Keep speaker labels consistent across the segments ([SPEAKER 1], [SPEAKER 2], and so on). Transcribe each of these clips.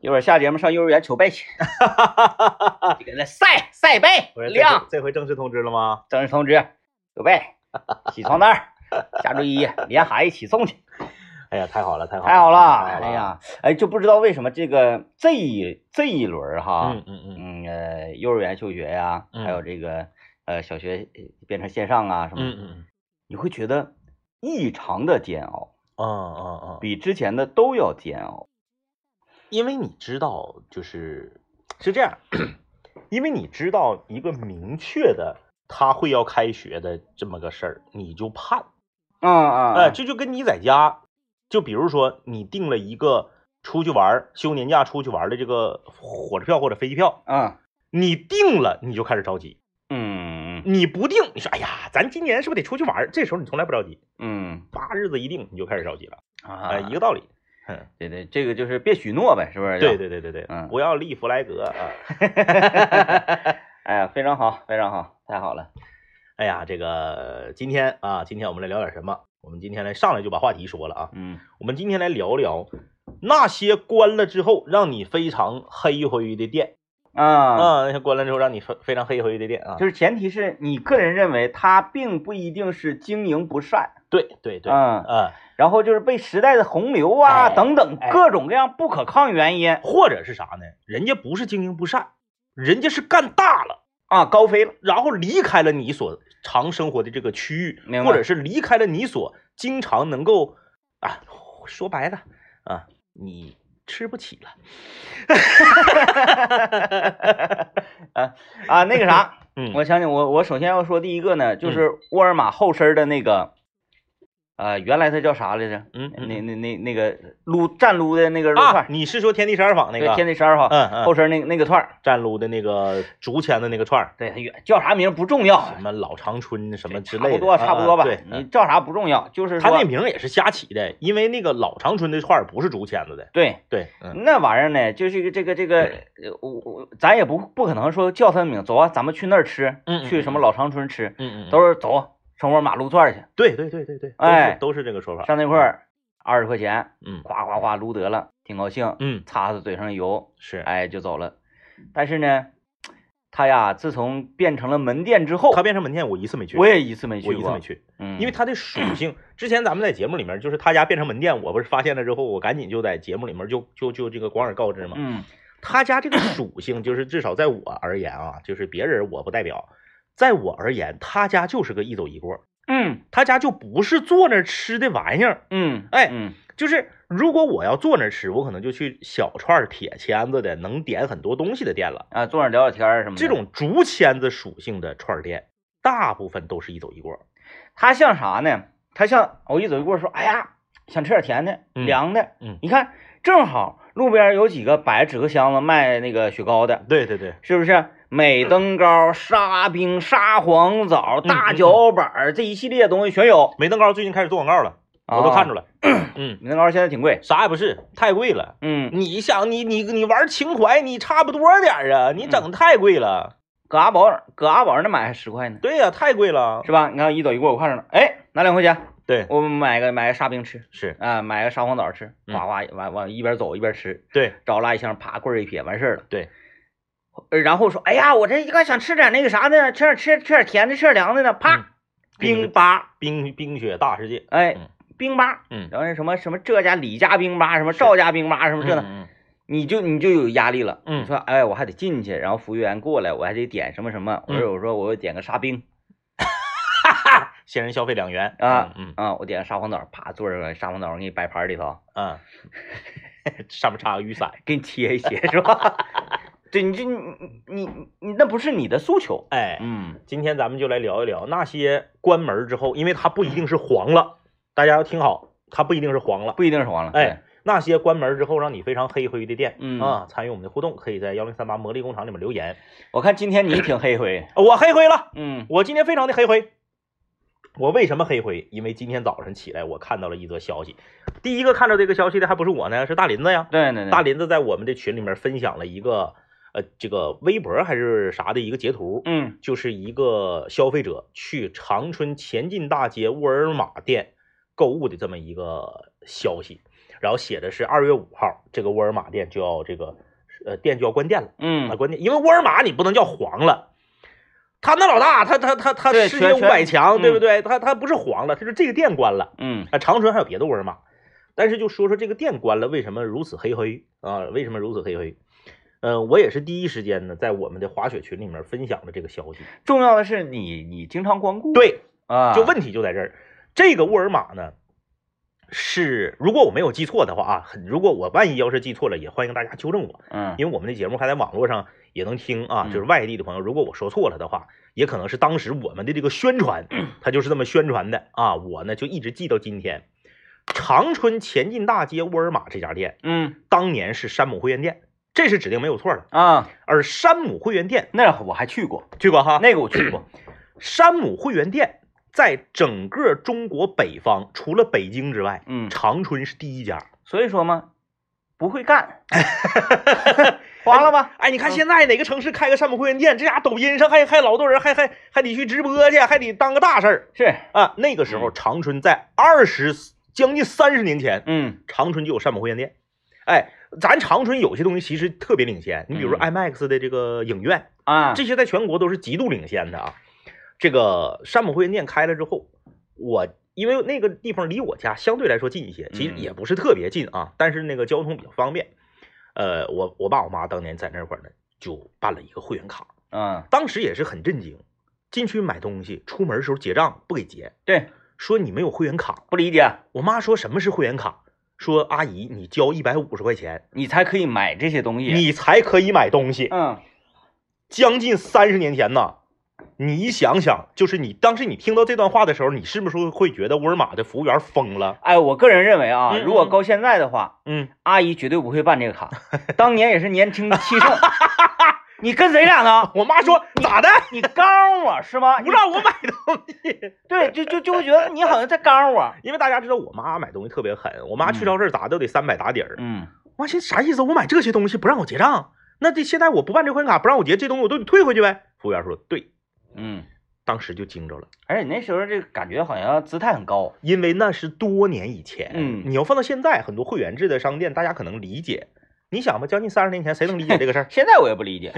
[SPEAKER 1] 一会儿下节目上幼儿园求背去，就 给他晒晒背
[SPEAKER 2] 不是，这
[SPEAKER 1] 亮
[SPEAKER 2] 回。这回正式通知了吗？
[SPEAKER 1] 郑志同志，有背，洗床单儿，下周一连孩子一起送去，
[SPEAKER 2] 哎呀，太好了，太好了，
[SPEAKER 1] 太好了。
[SPEAKER 2] 太好
[SPEAKER 1] 哎，呀，哎，就不知道为什么这个这一这一轮儿哈，
[SPEAKER 2] 嗯嗯嗯
[SPEAKER 1] 嗯呃，幼儿园休学呀、
[SPEAKER 2] 嗯
[SPEAKER 1] 还有这个呃小学呃变成线上啊什么，
[SPEAKER 2] 嗯嗯
[SPEAKER 1] 你会觉得异常的煎熬，
[SPEAKER 2] 嗯嗯嗯嗯，
[SPEAKER 1] 比之前的都要煎熬。
[SPEAKER 2] 因为你知道，就是是这样，因为你知道一个明确的他会要开学的这么个事儿，你就盼，
[SPEAKER 1] 嗯嗯，
[SPEAKER 2] 哎、这就跟你在家，就比如说你订了一个出去玩儿休年假出去玩儿的这个火车票或者飞机票，
[SPEAKER 1] 嗯
[SPEAKER 2] 你定了你就开始着急，
[SPEAKER 1] 嗯
[SPEAKER 2] 你不定你说哎呀，咱今年是不是得出去玩儿？这时候你从来不着急，
[SPEAKER 1] 嗯
[SPEAKER 2] 叭日子一定你就开始着急了，
[SPEAKER 1] 啊，
[SPEAKER 2] 哎、一个道理。嗯。
[SPEAKER 1] 对对，这个就是别许诺呗，是不是？
[SPEAKER 2] 对。对对对对，
[SPEAKER 1] 嗯
[SPEAKER 2] 不要立弗莱格啊！
[SPEAKER 1] 哎呀，非常好，非常好，太好了。
[SPEAKER 2] 哎呀，这个今天啊，今天我们来聊点什么？我们今天来上来就把话题说了啊，
[SPEAKER 1] 嗯
[SPEAKER 2] 我们今天来聊聊那些关了之后让你非常黑灰的店
[SPEAKER 1] 啊，
[SPEAKER 2] 啊，那些关了之后让你非非常黑灰的店啊
[SPEAKER 1] 就，是前提是你个人认为它并不一定是经营不善，
[SPEAKER 2] 对对对，
[SPEAKER 1] 嗯，
[SPEAKER 2] 啊，
[SPEAKER 1] 然后就是被时代的洪流啊
[SPEAKER 2] 哎
[SPEAKER 1] 等等
[SPEAKER 2] 哎
[SPEAKER 1] 各种各样不可抗原因
[SPEAKER 2] 或者是啥呢？人家不是经营不善，人家是干大了。
[SPEAKER 1] 啊高飞了。
[SPEAKER 2] 然后离开了你所常生活的这个区域，
[SPEAKER 1] 明白
[SPEAKER 2] 或者是离开了你所经常能够啊，说白了啊，你吃不起了。
[SPEAKER 1] 啊，那个啥，
[SPEAKER 2] 嗯，
[SPEAKER 1] 我想想，我我首先要说第一个呢，就是沃尔玛后身的那个，呃，原来它叫啥来着？
[SPEAKER 2] 嗯
[SPEAKER 1] 那
[SPEAKER 2] 嗯
[SPEAKER 1] 那那那个撸蘸撸的那个肉串
[SPEAKER 2] 啊
[SPEAKER 1] 儿，，
[SPEAKER 2] 你是说天地十二坊那
[SPEAKER 1] 对，天
[SPEAKER 2] 个？
[SPEAKER 1] 地十二号
[SPEAKER 2] 嗯嗯，
[SPEAKER 1] 后身那个那个串儿，
[SPEAKER 2] 站撸的那个竹签的那个串儿，
[SPEAKER 1] 对，它叫啥名儿不重要，
[SPEAKER 2] 什么老长春什么之
[SPEAKER 1] 哦差
[SPEAKER 2] 类的，
[SPEAKER 1] 不多差不多吧
[SPEAKER 2] 啊啊对，，
[SPEAKER 1] 你
[SPEAKER 2] 嗯
[SPEAKER 1] 叫啥不重要，就是
[SPEAKER 2] 他
[SPEAKER 1] 说
[SPEAKER 2] 那名儿也是瞎起的，因为那个老长春的串儿不是竹签子的。
[SPEAKER 1] 对。
[SPEAKER 2] 对，嗯
[SPEAKER 1] 那玩意儿呢，就是这个这个这个，呃我我咱也不不可能说叫他名，走啊，咱们去那儿吃，
[SPEAKER 2] 嗯嗯
[SPEAKER 1] 去什么
[SPEAKER 2] 嗯
[SPEAKER 1] 老长春吃，
[SPEAKER 2] 嗯嗯，
[SPEAKER 1] 都是走啊上沃尔玛撸串儿去，
[SPEAKER 2] 对对对对对，都是
[SPEAKER 1] 哎
[SPEAKER 2] 都是这个说法。
[SPEAKER 1] 上那块儿二十块钱，
[SPEAKER 2] 嗯
[SPEAKER 1] 夸夸夸撸得了，挺高兴，
[SPEAKER 2] 嗯
[SPEAKER 1] 擦擦嘴上的油，
[SPEAKER 2] 是，
[SPEAKER 1] 哎就走了。但是呢，他呀自从变成了门店之后
[SPEAKER 2] 他，变成门店我一次没去，
[SPEAKER 1] 我也一次没
[SPEAKER 2] 我
[SPEAKER 1] 去
[SPEAKER 2] 一次
[SPEAKER 1] 过
[SPEAKER 2] 没，去。
[SPEAKER 1] 嗯，
[SPEAKER 2] 因为它的属 性，之前咱们在节目里面，就是他家变成门店，我不是发现了之后，我赶紧就在节目里面就就就这个广而告之嘛。
[SPEAKER 1] 嗯
[SPEAKER 2] 他家这个属性，就是至少在我而言啊，就是别人我不代表，在我而言，他家就是个一走一过，
[SPEAKER 1] 嗯
[SPEAKER 2] 他家就不是坐那儿吃的玩意儿。
[SPEAKER 1] 嗯，
[SPEAKER 2] 哎
[SPEAKER 1] 嗯
[SPEAKER 2] 就是如果我要坐那儿吃，我可能就去小串儿铁签子的，能点很多东西的店了。
[SPEAKER 1] 啊，坐那儿聊聊天儿什么的，
[SPEAKER 2] 这种竹签子属性的串儿店，大部分都是一走一过。
[SPEAKER 1] 它像啥呢？它像我一走一过说，哎呀，想吃点甜的、
[SPEAKER 2] 嗯
[SPEAKER 1] 凉的，
[SPEAKER 2] 嗯
[SPEAKER 1] 你看正好路边有几个摆纸壳箱子卖那个雪糕的，
[SPEAKER 2] 对对对，
[SPEAKER 1] 是不是？美登高、沙冰、沙黄枣、
[SPEAKER 2] 嗯
[SPEAKER 1] 大
[SPEAKER 2] 嗯
[SPEAKER 1] 脚板儿、这一系列东西全有，
[SPEAKER 2] 梅登高最近开始做广告了，我都
[SPEAKER 1] 着。
[SPEAKER 2] 看着了。嗯，
[SPEAKER 1] 美登高现在挺贵，
[SPEAKER 2] 啥也不是，太贵了。
[SPEAKER 1] 嗯，
[SPEAKER 2] 你想，你你你玩情怀，你差不多点儿啊，你
[SPEAKER 1] 嗯
[SPEAKER 2] 整太贵了。
[SPEAKER 1] 搁阿宝搁阿宝那买还十块呢，
[SPEAKER 2] 对呀、太贵了。
[SPEAKER 1] 是吧？你看一走一过，我看着了，哎，拿两块钱，
[SPEAKER 2] 对，
[SPEAKER 1] 我买个买个沙冰吃
[SPEAKER 2] 是，
[SPEAKER 1] 啊，买个沙黄枣吃，
[SPEAKER 2] 嗯
[SPEAKER 1] 哗哗往往一边走一边吃，
[SPEAKER 2] 对，
[SPEAKER 1] 找垃圾箱，啪棍儿一撇，完事儿了。
[SPEAKER 2] 对
[SPEAKER 1] 呃，然后说，哎呀，我这个想吃点那个啥呢，吃点吃吃点甜的，吃点凉的呢，啪，
[SPEAKER 2] 嗯
[SPEAKER 1] 冰吧，
[SPEAKER 2] 冰冰雪大世界。
[SPEAKER 1] 哎，
[SPEAKER 2] 嗯
[SPEAKER 1] 冰吧，
[SPEAKER 2] 嗯
[SPEAKER 1] 然后那什么什么这家李家冰吧，什么赵家冰吧，什么这呢，
[SPEAKER 2] 嗯
[SPEAKER 1] 你就你就有压力了。
[SPEAKER 2] 嗯
[SPEAKER 1] 你说，哎，我还得进去，然后服务员过来，我还得点什么什么，
[SPEAKER 2] 嗯
[SPEAKER 1] 我说我说我点个沙冰
[SPEAKER 2] 先人消费两元
[SPEAKER 1] 啊
[SPEAKER 2] 嗯
[SPEAKER 1] 啊，我点个沙黄枣，啪，坐着沙黄枣，我给你摆盘里头，
[SPEAKER 2] 嗯，嗯 上面插个雨伞。
[SPEAKER 1] 给你切一切，是吧？对，你这你你你你那不是你的诉求，
[SPEAKER 2] 哎，
[SPEAKER 1] 嗯
[SPEAKER 2] 今天咱们就来聊一聊那些关门之后，因为它不一定是黄了，大家要听好，它不一定是黄了。
[SPEAKER 1] 不一定是黄了，对
[SPEAKER 2] 哎，那些关门之后让你非常黑灰的店，
[SPEAKER 1] 嗯
[SPEAKER 2] 啊，参与我们的互动，可以在幺零三八魔力工厂里面留言。
[SPEAKER 1] 我看今天你挺黑灰，
[SPEAKER 2] 我黑灰了，
[SPEAKER 1] 嗯
[SPEAKER 2] 我今天非常的黑灰。我为什么黑灰？因为今天早上起来，我看到了一则消息。第一个看到这个消息的还不是我呢，是大林子呀。
[SPEAKER 1] 对对对，
[SPEAKER 2] 大林子在我们的群里面分享了一个呃，这个微博还是啥的一个截图，
[SPEAKER 1] 嗯
[SPEAKER 2] 就是一个消费者去长春前进大街沃尔玛店购物的这么一个消息。然后写的是二月五号，这个沃尔玛店就要这个呃店就要关店了。啊，
[SPEAKER 1] 嗯，
[SPEAKER 2] 关键因为沃尔玛你不能叫黄了，他那老大，他他他他
[SPEAKER 1] 对
[SPEAKER 2] 世
[SPEAKER 1] 全
[SPEAKER 2] 界五百
[SPEAKER 1] 全
[SPEAKER 2] 强，对
[SPEAKER 1] 嗯
[SPEAKER 2] 不对？他他不是黄了，他是这个店关了。
[SPEAKER 1] 嗯，
[SPEAKER 2] 啊，长春还有别的沃尔玛，但是就说说这个店关了，为什么如此黑黑啊？为什么如此黑黑？呃，我也是第一时间呢，在我们的滑雪群里面分享了这个消息。
[SPEAKER 1] 重要的是你你经常光顾，
[SPEAKER 2] 对，
[SPEAKER 1] 啊，
[SPEAKER 2] 就问题就在这儿，这个沃尔玛呢，是如果我没有记错的话啊，很如果我万一要是记错了，也欢迎大家纠正我。
[SPEAKER 1] 嗯，
[SPEAKER 2] 因为我们的节目还在网络上也能听啊，
[SPEAKER 1] 嗯
[SPEAKER 2] 就是外地的朋友，如果我说错了的话，也可能是当时我们的这个宣 传，它就是这么宣传的啊。我呢就一直记到今天，长春前进大街沃尔玛这家店，
[SPEAKER 1] 嗯
[SPEAKER 2] 当年是山姆会员店，这是指定没有错的。
[SPEAKER 1] 啊，
[SPEAKER 2] 而山姆会员店
[SPEAKER 1] 那我还去过，
[SPEAKER 2] 去过哈，
[SPEAKER 1] 那个我去过，
[SPEAKER 2] 山姆会员店在整个中国北方，除了北京之外，
[SPEAKER 1] 嗯，
[SPEAKER 2] 长春是第一家。
[SPEAKER 1] 所以说嘛，不会 干，花了吧，
[SPEAKER 2] 哎，你看现在哪个城市开个山姆会员店，这家抖音上还还老多人还还还得去直播去，还得当个大事儿
[SPEAKER 1] 是，
[SPEAKER 2] 啊。那个时候，长春在二十将近三十年前，
[SPEAKER 1] 嗯
[SPEAKER 2] 长春就有山姆会员店。哎，咱长春有些东西其实特别领先，你比如说
[SPEAKER 1] 嗯
[SPEAKER 2] IMAX 的这个影院，
[SPEAKER 1] 啊，
[SPEAKER 2] 这些在全国都是极度领先的啊。这个山姆会员店开了之后，我因为那个地方离我家相对来说近一些，其实
[SPEAKER 1] 嗯
[SPEAKER 2] 也不是特别近啊，但是那个交通比较方便。呃，我我爸我妈当年在那块儿呢，就办了一个会员卡，
[SPEAKER 1] 嗯，
[SPEAKER 2] 当时也是很震惊。进去买东西，出门的时候结账不给结，
[SPEAKER 1] 对，
[SPEAKER 2] 说你没有会员卡。
[SPEAKER 1] 不理解，啊
[SPEAKER 2] 我妈说什么是会员卡？说阿姨，你交一百五十块钱，
[SPEAKER 1] 你才可以买这些东西，
[SPEAKER 2] 你才可以买东西。
[SPEAKER 1] 嗯
[SPEAKER 2] 将近三十年前呐，你想想，就是你当时你听到这段话的时候，你是不是会觉得沃尔玛的服务员疯了？
[SPEAKER 1] 哎，我个人认为啊，
[SPEAKER 2] 嗯嗯
[SPEAKER 1] 如果到现在的话，
[SPEAKER 2] 嗯，
[SPEAKER 1] 阿姨绝对不会办这个 卡，当年也是年轻气盛。你跟谁俩呢？
[SPEAKER 2] 我妈说咋的，
[SPEAKER 1] 你刚我是吗？
[SPEAKER 2] 不让我买 东西，
[SPEAKER 1] 对，就就就会觉得你好像在刚啊我。
[SPEAKER 2] 因为大家知道我妈买东西特别狠，我妈去
[SPEAKER 1] 嗯
[SPEAKER 2] 超市咋都得三百打底儿。
[SPEAKER 1] 嗯
[SPEAKER 2] 妈寻思啥意思？我买这些东西不让我结账，那这现在我不办这会员卡不让我结，这东西我都得退回去呗。服务员说对，
[SPEAKER 1] 嗯，
[SPEAKER 2] 当时就惊着了，
[SPEAKER 1] 而且那时候这个感觉好像姿态很高。
[SPEAKER 2] 因为那是多年以前。
[SPEAKER 1] 嗯？
[SPEAKER 2] 你要放到现在，很多会员制的商店，大家可能理解。你想吧，将近三十年前，谁能理解这个事儿
[SPEAKER 1] 现在我也不理解，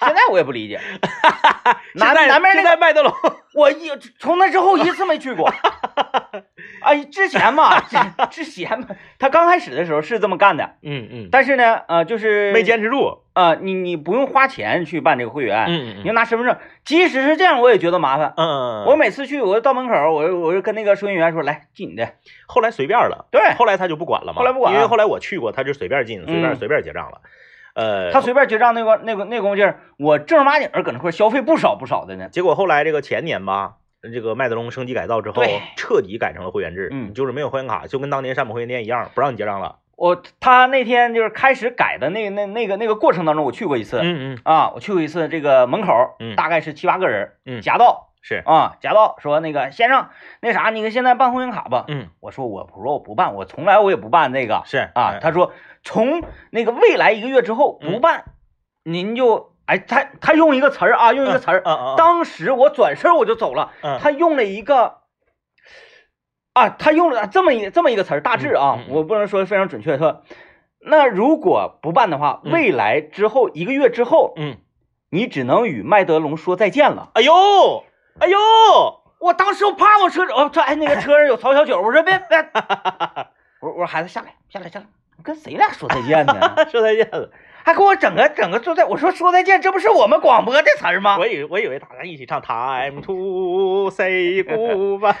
[SPEAKER 1] 现在我也不理解。南
[SPEAKER 2] 现在
[SPEAKER 1] 南边那
[SPEAKER 2] 现
[SPEAKER 1] 个
[SPEAKER 2] 在麦德龙。
[SPEAKER 1] 我一从那之后一次没去 过。哎，之前嘛，之之前嘛，他刚开始的时候是这么干的，
[SPEAKER 2] 嗯
[SPEAKER 1] 但是呢，呃，就是
[SPEAKER 2] 没坚持住。
[SPEAKER 1] 啊、你你不用花钱去办这个会员，
[SPEAKER 2] 嗯
[SPEAKER 1] 你就拿身份证。即使是这样，我也觉得麻烦。
[SPEAKER 2] 嗯
[SPEAKER 1] 我
[SPEAKER 2] 我
[SPEAKER 1] 每次去，我就到门口，我就我就跟那个收银员说：“来进你的。
[SPEAKER 2] 后来随便了”，
[SPEAKER 1] 对，
[SPEAKER 2] 后来他就不管了嘛。
[SPEAKER 1] 哎后来不管了
[SPEAKER 2] 因为后来我去过，他就随便进，随便
[SPEAKER 1] 嗯
[SPEAKER 2] 随便结账了。呃，
[SPEAKER 1] 他随便结账那个那个那功劲儿，我正儿八经儿搁那块儿消费不少不少的呢。
[SPEAKER 2] 结果后来这个前年吧。这个麦德龙升级改造之后
[SPEAKER 1] 对，
[SPEAKER 2] 彻底改成了会员制，
[SPEAKER 1] 嗯
[SPEAKER 2] 就是没有会员卡，就跟当年山姆会员店一样，不让你结账了。
[SPEAKER 1] 我他那天就是开始改的那个那那个那个过程当中，我去过一次、
[SPEAKER 2] 嗯嗯，
[SPEAKER 1] 啊，我去过一次这个门口，
[SPEAKER 2] 嗯
[SPEAKER 1] 大概是七八个人，
[SPEAKER 2] 嗯
[SPEAKER 1] 夹道
[SPEAKER 2] 是，
[SPEAKER 1] 啊，夹道说那个先生，那啥，你现在办会员卡吧。
[SPEAKER 2] 嗯
[SPEAKER 1] 我说我我说我不办，我从来我也不办这个。
[SPEAKER 2] 是
[SPEAKER 1] 啊，
[SPEAKER 2] 哎嗯
[SPEAKER 1] 他说从那个未来一个月之后不办，您就哎，他他用一个词儿啊，用一个词儿，
[SPEAKER 2] 嗯嗯嗯
[SPEAKER 1] 当时我转身我就走了，
[SPEAKER 2] 嗯
[SPEAKER 1] 他用了一个。啊，他用了这么一这么一个词儿，大致啊，
[SPEAKER 2] 嗯嗯嗯
[SPEAKER 1] 我不能说非常准确。说，那如果不办的话，
[SPEAKER 2] 嗯
[SPEAKER 1] 未来之后一个月之后，
[SPEAKER 2] 嗯，
[SPEAKER 1] 你只能与麦德龙说再见了。
[SPEAKER 2] 哎呦哎呦，
[SPEAKER 1] 我当时我啪，我车我这哎那个车上有曹小九，我说别别， 我说我说孩子下来下来下来，我跟谁俩说再见呢？
[SPEAKER 2] 说再见了。
[SPEAKER 1] 还给我整个整个说再，我说说再见，这不是我们广播的词儿吗？
[SPEAKER 2] 我以我以为大家一起唱 Time to say goodbye。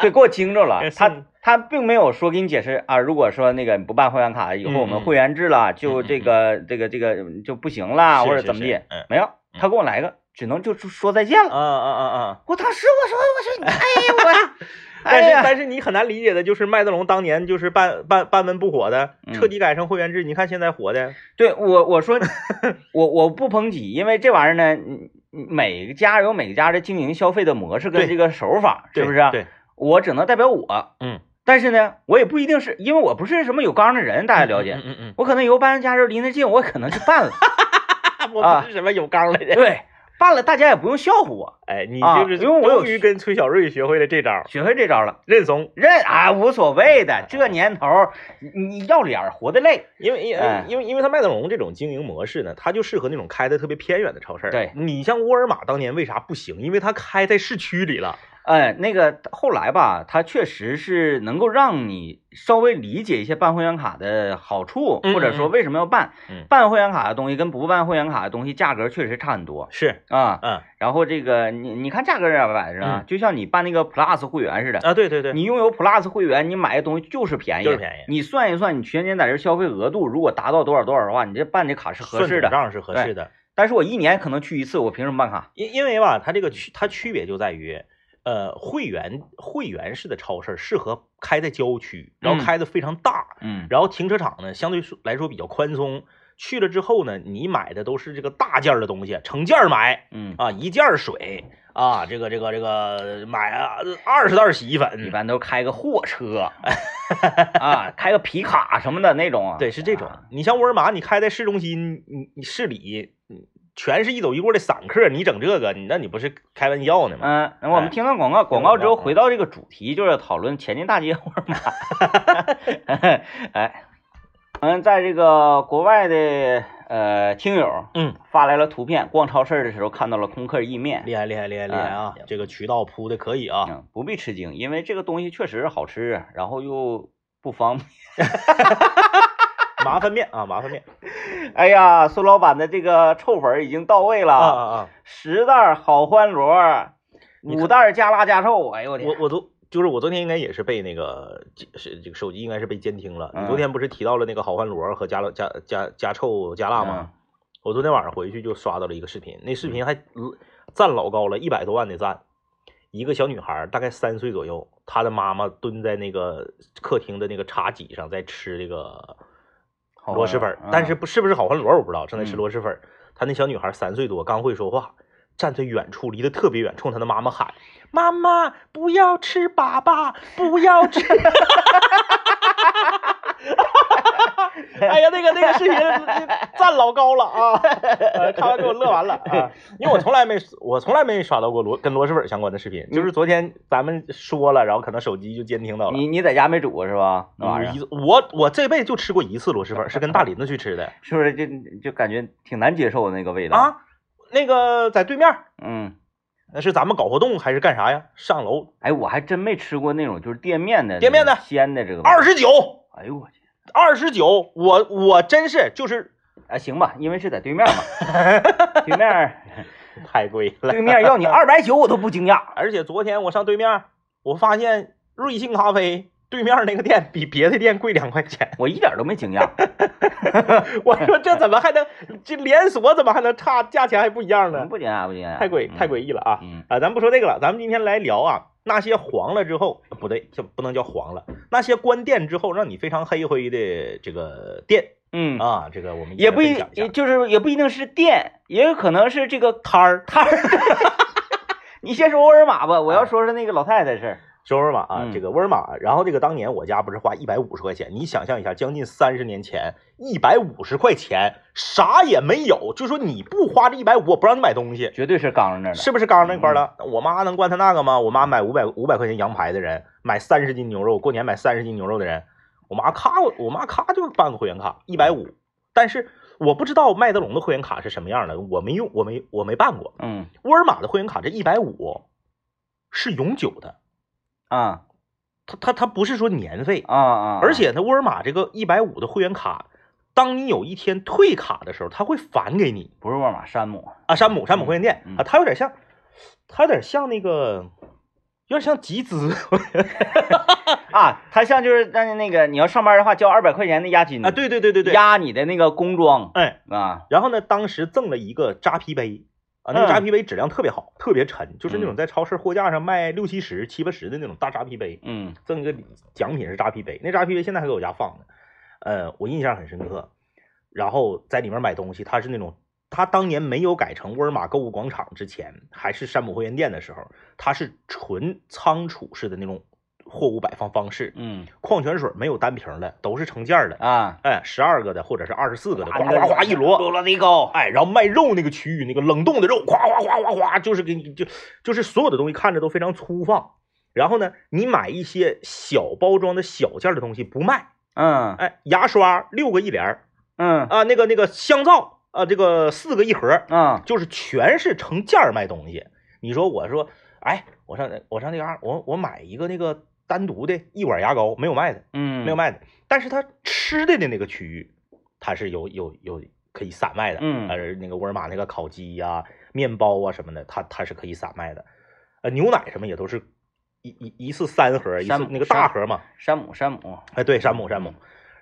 [SPEAKER 1] 对，给我惊着了
[SPEAKER 2] 哎。
[SPEAKER 1] 啊他
[SPEAKER 2] 是
[SPEAKER 1] 他并没有说给你解释啊，如果说那个你不办会员卡，以后我们
[SPEAKER 2] 嗯嗯
[SPEAKER 1] 会员制了，就
[SPEAKER 2] 嗯嗯
[SPEAKER 1] 这个这个这个嗯就不行啦，或
[SPEAKER 2] 是
[SPEAKER 1] 者
[SPEAKER 2] 是
[SPEAKER 1] 怎么
[SPEAKER 2] 是
[SPEAKER 1] 地
[SPEAKER 2] 嗯，
[SPEAKER 1] 没有，他给我来个只能就说再见
[SPEAKER 2] 嗯
[SPEAKER 1] 了。
[SPEAKER 2] 嗯嗯嗯。
[SPEAKER 1] 我当时我说我说你 哎呀我，哎
[SPEAKER 2] 但是
[SPEAKER 1] 呀，
[SPEAKER 2] 但是你很难理解的就是麦德龙当年就是半半半文不火的，
[SPEAKER 1] 嗯
[SPEAKER 2] 彻底改成会员制，你看现在火的，
[SPEAKER 1] 对我我说我我不抨击，因为这玩意儿呢，你你每个家有每个家的经营消费的模式跟
[SPEAKER 2] 对
[SPEAKER 1] 这个手法，是啊嗯
[SPEAKER 2] 对
[SPEAKER 1] 不是？
[SPEAKER 2] 对，
[SPEAKER 1] 我只能代表我，
[SPEAKER 2] 嗯，
[SPEAKER 1] 但是呢，我也不一定是因为我不是什么有刚的人，大家哎了 解，
[SPEAKER 2] 嗯嗯嗯
[SPEAKER 1] 我可能以后搬家时候离那近，我可能就办了。
[SPEAKER 2] 啊嗯，我不是什么有刚来的，
[SPEAKER 1] 对，办了，大家也不用笑话我，
[SPEAKER 2] 哎，你
[SPEAKER 1] 啊
[SPEAKER 2] 就是
[SPEAKER 1] 因为我有
[SPEAKER 2] 终于跟崔小瑞学会了这招儿
[SPEAKER 1] 学会这招了，
[SPEAKER 2] 认怂，
[SPEAKER 1] 认啊无所谓的，这年头儿你你要脸儿活得累，
[SPEAKER 2] 因为因
[SPEAKER 1] 哎
[SPEAKER 2] 为因为因为他麦德龙这种经营模式呢，它就适合那种开的特别偏远的超市。
[SPEAKER 1] 对
[SPEAKER 2] 你像沃尔玛当年为啥不行？因为它开在市区里了。
[SPEAKER 1] 哎，那个后来吧，它确实是能够让你稍微理解一些办会员卡的好处，
[SPEAKER 2] 嗯
[SPEAKER 1] 或者说为什么要办。
[SPEAKER 2] 嗯
[SPEAKER 1] 办会员卡的东西跟不办会员卡的东西价格确实差很多
[SPEAKER 2] 是，
[SPEAKER 1] 啊。
[SPEAKER 2] 嗯
[SPEAKER 1] 然后这个你你看价格也摆着啊，就像你办那个 Plus 会员似的，
[SPEAKER 2] 啊，对嗯对对，
[SPEAKER 1] 你拥有 Plus 会员，你买的东西就是便宜，
[SPEAKER 2] 就是便宜，
[SPEAKER 1] 你算一算，你全年在这消费额度如果达到多少多少的话，你这办这卡是合
[SPEAKER 2] 算
[SPEAKER 1] 适
[SPEAKER 2] 总
[SPEAKER 1] 的。
[SPEAKER 2] 账是合适的。
[SPEAKER 1] 但是我一年可能去一次，我凭什么办卡？
[SPEAKER 2] 因因为吧，它这个区它区别就在于，呃，会员会员式的超市适合开在郊区，然
[SPEAKER 1] 嗯
[SPEAKER 2] 后开的非常大，
[SPEAKER 1] 嗯，
[SPEAKER 2] 然后停车场呢相对说来说比较宽松。去了之后呢，你买的都是这个大件儿的东西，成件儿买，
[SPEAKER 1] 嗯，
[SPEAKER 2] 啊，一件儿水啊，这个这个这个买啊二十袋洗衣
[SPEAKER 1] 一
[SPEAKER 2] 粉，
[SPEAKER 1] 般都开个货 车，啊，开个皮卡什么的那 种啊。
[SPEAKER 2] 对，是这种
[SPEAKER 1] 啊。
[SPEAKER 2] 你像沃尔玛，你开在市中心，你你市里，你全是一走一过的散客，你整这个，你那你不是开玩笑呢吗？
[SPEAKER 1] 嗯，那我们听到广告，广告之后
[SPEAKER 2] 嗯
[SPEAKER 1] 回到这个主题，就是讨论前进大街沃 尔玛。哎，嗯，在这个国外的呃听友
[SPEAKER 2] 嗯，
[SPEAKER 1] 发来了图片，逛超市的时候看到了空客意面，
[SPEAKER 2] 厉害厉害厉害厉害啊
[SPEAKER 1] 哎！
[SPEAKER 2] 这个渠道铺的可以啊，
[SPEAKER 1] 嗯，不必吃惊，因为这个东西确实好吃，然后又不方便。
[SPEAKER 2] 麻烦面啊，麻烦面
[SPEAKER 1] 哎呀，孙老板的这个臭粉儿已经到位了，
[SPEAKER 2] 啊啊啊！
[SPEAKER 1] 十袋儿好欢螺，
[SPEAKER 2] 你看
[SPEAKER 1] 五袋儿加辣加臭，哎呦我
[SPEAKER 2] 我
[SPEAKER 1] 天，
[SPEAKER 2] 我都。就是我昨天应该也是被那个是这个手机应该是被监听了。
[SPEAKER 1] 嗯
[SPEAKER 2] 你昨天不是提到了那个好欢螺和加了加加加臭加辣吗？
[SPEAKER 1] 嗯
[SPEAKER 2] 我昨天晚上回去就刷到了一个视频，那视频还呃赞老高了，一百多万的赞。一个小女孩，大概三岁左右，她的妈妈蹲在那个客厅的那个茶几上，在吃这个
[SPEAKER 1] 好
[SPEAKER 2] 螺
[SPEAKER 1] 欢
[SPEAKER 2] 蛳粉
[SPEAKER 1] 螺
[SPEAKER 2] 儿
[SPEAKER 1] 啊，
[SPEAKER 2] 但是不是不是好欢螺我不知道，正在吃
[SPEAKER 1] 嗯
[SPEAKER 2] 螺蛳粉儿。她那小女孩三岁多，刚会说话，站在远处，离得特别远，冲她的妈妈喊：“妈妈，不要吃粑粑，不要吃。” 哎呀，那个那个视频赞老高了 啊！呃看完给我乐完了啊！因为我从来没我从来没刷到过螺跟螺蛳粉相关的视频，就是昨天咱们说了，然后可能手机就监听到了。
[SPEAKER 1] 你你在家没煮过是吧？那玩意
[SPEAKER 2] 一
[SPEAKER 1] 儿
[SPEAKER 2] 次我我这辈子就吃过一次螺蛳粉，是跟大林子去吃的
[SPEAKER 1] 是不是就就感觉挺难接受的那个味道？
[SPEAKER 2] 啊。那个在对面儿，
[SPEAKER 1] 嗯，
[SPEAKER 2] 那是咱们搞活动还是干啥呀？上楼
[SPEAKER 1] 哎，我还真没吃过那种就是店面的
[SPEAKER 2] 店面的
[SPEAKER 1] 那种鲜的这个味
[SPEAKER 2] 二，十九，
[SPEAKER 1] 哎呦我去，
[SPEAKER 2] 二十九，我我真是就是
[SPEAKER 1] 哎行吧，因为是在对面嘛， 对面儿
[SPEAKER 2] 太贵了。
[SPEAKER 1] 对面要你二百九我都不惊讶。
[SPEAKER 2] 而且昨天我上对面儿，我发现瑞幸咖啡对面儿那个店比别的店贵两块钱。
[SPEAKER 1] 我一点都没惊 讶，
[SPEAKER 2] 我说这怎么还能这连锁怎么还能差价钱还不一样呢？
[SPEAKER 1] 不惊讶，不惊讶，
[SPEAKER 2] 太诡太诡
[SPEAKER 1] 异，
[SPEAKER 2] 异了啊！
[SPEAKER 1] 嗯，
[SPEAKER 2] 啊，咱不说这个了，咱们今天来聊啊，那些黄了之后不对，这不能叫黄了，那些关店之后让你非常黑灰的这个店
[SPEAKER 1] 嗯，
[SPEAKER 2] 啊，这个我们
[SPEAKER 1] 也不
[SPEAKER 2] 一
[SPEAKER 1] 一
[SPEAKER 2] 起来分享
[SPEAKER 1] 也
[SPEAKER 2] 一下啊
[SPEAKER 1] 就是也不一定是店，也有可能是这个摊儿 摊儿。你先说沃尔玛吧，我要说说那个老太太的事儿。
[SPEAKER 2] 说沃尔玛啊
[SPEAKER 1] 嗯，
[SPEAKER 2] 这个沃尔玛，然后这个当年我家不是花一百五十块钱，你想象一下，将近三十年前，一百五十块钱啥也没有，就说你不花这一百五，我不让你买东西，
[SPEAKER 1] 绝对是嗯刚着呢。
[SPEAKER 2] 是不是刚那块儿了？我妈能惯他那个吗？我妈买五百五百块钱羊排的人，买三十斤牛肉，过年买三十斤牛肉的人，我妈咔，我妈咔就办个会员卡一百五，但是我不知道麦德龙的会员卡是什么样的，我没用，我没我没办过。
[SPEAKER 1] 嗯
[SPEAKER 2] 沃尔玛的会员卡这一百五是永久的，
[SPEAKER 1] 啊
[SPEAKER 2] 它它它不是说年费，
[SPEAKER 1] 啊啊！
[SPEAKER 2] 而且它沃尔玛这个一百五的会员卡，当你有一天退卡的时候，它会返给你。
[SPEAKER 1] 不是沃尔玛，山姆。
[SPEAKER 2] 啊，山姆山姆会员店
[SPEAKER 1] 嗯
[SPEAKER 2] 啊，它有点像，它有点像那个，有点像集 资
[SPEAKER 1] 啊，它像就是那那个你要上班的话，交二百块钱的押金
[SPEAKER 2] 啊，对对对对对，
[SPEAKER 1] 压你的那个工装
[SPEAKER 2] 哎，
[SPEAKER 1] 啊，
[SPEAKER 2] 然后呢，当时赠了一个扎啤杯啊，
[SPEAKER 1] 嗯
[SPEAKER 2] 那个扎啤杯质量特别好，特别沉，就是那种
[SPEAKER 1] 嗯
[SPEAKER 2] 在超市货架上卖六七十、七八十的那种大扎啤杯，
[SPEAKER 1] 嗯
[SPEAKER 2] 赠一个礼奖品是扎啤杯，那扎啤杯现在还搁我家放呢，呃，我印象很深刻，然后在里面买东西，它是那种。它当年没有改成沃尔玛购物广场之前，还是山姆会员店的时候，它是纯仓储式的那种货物摆放方式。
[SPEAKER 1] 嗯
[SPEAKER 2] 矿泉水没有单瓶的，都是成件儿的，
[SPEAKER 1] 啊，
[SPEAKER 2] 哎，十二个的或者是二十四个的，
[SPEAKER 1] 把
[SPEAKER 2] 哗
[SPEAKER 1] 那个
[SPEAKER 2] 哗哗一摞，
[SPEAKER 1] 摞贼高，
[SPEAKER 2] 哎，然后卖肉那个区域，那个冷冻的肉，哗哗哗哗哗，就是给你就就是所有的东西看着都非常粗放。然后呢，你买一些小包装的小件儿的东西不卖，
[SPEAKER 1] 嗯
[SPEAKER 2] 哎，牙刷六个一联儿
[SPEAKER 1] 嗯
[SPEAKER 2] 啊，那个那个香皂啊，这个四个一盒儿，
[SPEAKER 1] 啊，
[SPEAKER 2] 就是全是成件儿卖东西。你说我说，哎，我上那我上那嘎、我我买一个那个单独的一管牙膏，没有卖的，
[SPEAKER 1] 嗯，
[SPEAKER 2] 没有卖的，但是它吃的的那个区域，它是有有有可以散卖的，
[SPEAKER 1] 嗯
[SPEAKER 2] 呃，那个沃尔玛那个烤鸡呀、面包啊什么的，它它是可以散卖的，呃，牛奶什么也都是一一一次三盒，一
[SPEAKER 1] 山
[SPEAKER 2] 次
[SPEAKER 1] 姆
[SPEAKER 2] 那个
[SPEAKER 1] 山
[SPEAKER 2] 大
[SPEAKER 1] 姆嗯
[SPEAKER 2] 盒嘛，
[SPEAKER 1] 山姆山姆，
[SPEAKER 2] 哎，对，山姆山姆，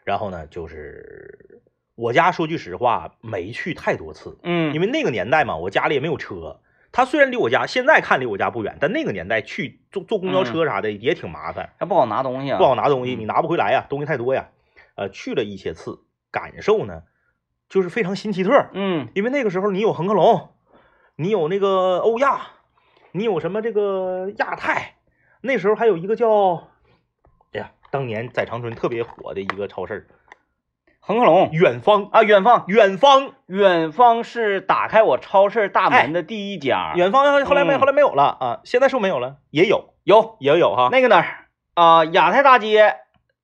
[SPEAKER 2] 然后呢，就是我家说句实话，没去太多次，
[SPEAKER 1] 嗯，
[SPEAKER 2] 因
[SPEAKER 1] 为
[SPEAKER 2] 为那个年代嘛，我家里也没有车。它虽然离我家现在看离我家不远，但那个年代去坐坐
[SPEAKER 1] 嗯
[SPEAKER 2] 公交车啥的也挺麻烦。
[SPEAKER 1] 还不好拿东西啊，
[SPEAKER 2] 不好拿东西，
[SPEAKER 1] 嗯
[SPEAKER 2] 你拿不回来呀，东西太多呀。呃，去了一些次，感受呢，就是非常新奇特儿，
[SPEAKER 1] 嗯
[SPEAKER 2] 因为那个时候你有恒客隆，你有那个欧亚，你有什么这个亚太，那时候还有一个叫，哎呀，当年在长春特别火的一个超市
[SPEAKER 1] 恒客隆
[SPEAKER 2] 远方，
[SPEAKER 1] 啊，远方
[SPEAKER 2] 远方，
[SPEAKER 1] 远方是打开我超市大门的第一家，
[SPEAKER 2] 哎远方后来没
[SPEAKER 1] 嗯
[SPEAKER 2] 后来没有了啊，现在是不是没有了，也有
[SPEAKER 1] 有
[SPEAKER 2] 也有哈，
[SPEAKER 1] 那个哪儿啊，亚太大街
[SPEAKER 2] 嗯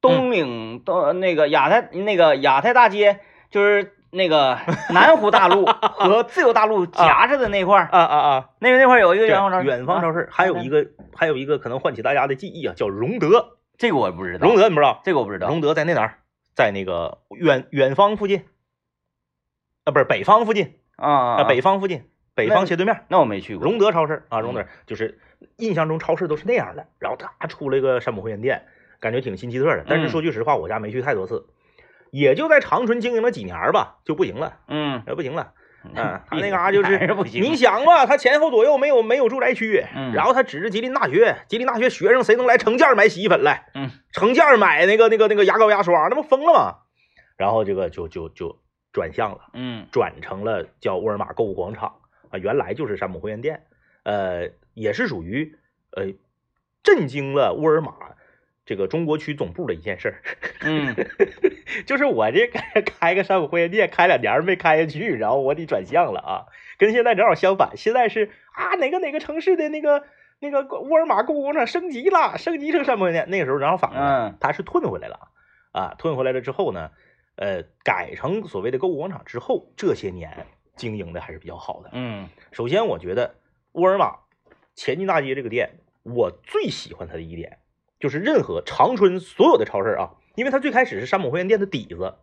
[SPEAKER 1] 东岭东那个亚太那个亚太大街就是。那个南湖大路 和自由大路夹着的那块儿，
[SPEAKER 2] 啊啊啊，
[SPEAKER 1] 那个那块儿有一个
[SPEAKER 2] 对
[SPEAKER 1] 远方超市，
[SPEAKER 2] 远方
[SPEAKER 1] 啊
[SPEAKER 2] 超市，还有一个还有一个可能唤起大家的记忆啊，叫荣德，
[SPEAKER 1] 这个我不知道，
[SPEAKER 2] 荣德你不知道？
[SPEAKER 1] 这个我不知道，
[SPEAKER 2] 荣德在那哪儿？在那个远远方附近，啊，不是北方附近
[SPEAKER 1] 啊
[SPEAKER 2] 啊，北方附近，北
[SPEAKER 1] 那嗯
[SPEAKER 2] 方斜对面，
[SPEAKER 1] 那我没去过，
[SPEAKER 2] 荣德超市啊，荣德就是印象中超市都是那样的，然后他出来个山姆会员店，感觉挺新奇特的。
[SPEAKER 1] 嗯
[SPEAKER 2] 但是说句实话，我家没去太多次，也就在长春经营了几年吧，就不行了，
[SPEAKER 1] 嗯，
[SPEAKER 2] 呃，不行了。嗯，他
[SPEAKER 1] 闭
[SPEAKER 2] 那
[SPEAKER 1] 嘴
[SPEAKER 2] 嘎就是
[SPEAKER 1] 还不行，
[SPEAKER 2] 你想吧，他前后左右没有没有住宅区，
[SPEAKER 1] 嗯
[SPEAKER 2] 然后他指着吉林大学，吉林大学学生谁能来成件儿买洗衣粉来？
[SPEAKER 1] 嗯，
[SPEAKER 2] 成件儿买那个那个那个牙膏牙刷，那不疯了吗？然后这个就就就转向了，
[SPEAKER 1] 嗯
[SPEAKER 2] 转成了叫沃尔玛购物广场啊，原来就是山姆会员店，呃，也是属于呃震惊了沃尔玛这个中国区总部的一件事儿。
[SPEAKER 1] 嗯，
[SPEAKER 2] 就是我这开 开个山姆会员店，开两年儿没开下去，然后我得转向了啊，跟现在正好相反，现在是啊哪个哪个城市的那个那个沃尔玛购物广场升级了，升级成山姆会员店，那个时候正好反过来
[SPEAKER 1] 嗯，
[SPEAKER 2] 它是退回来了啊，退回来了之后呢，呃，改成所谓的购物广场之后，这些年经营的还是比较好的。
[SPEAKER 1] 嗯
[SPEAKER 2] 首先，我觉得沃尔玛前进大街这个店，我最喜欢它的一点就是任何长春所有的超市啊，因为它最开始是山姆会员店的底子，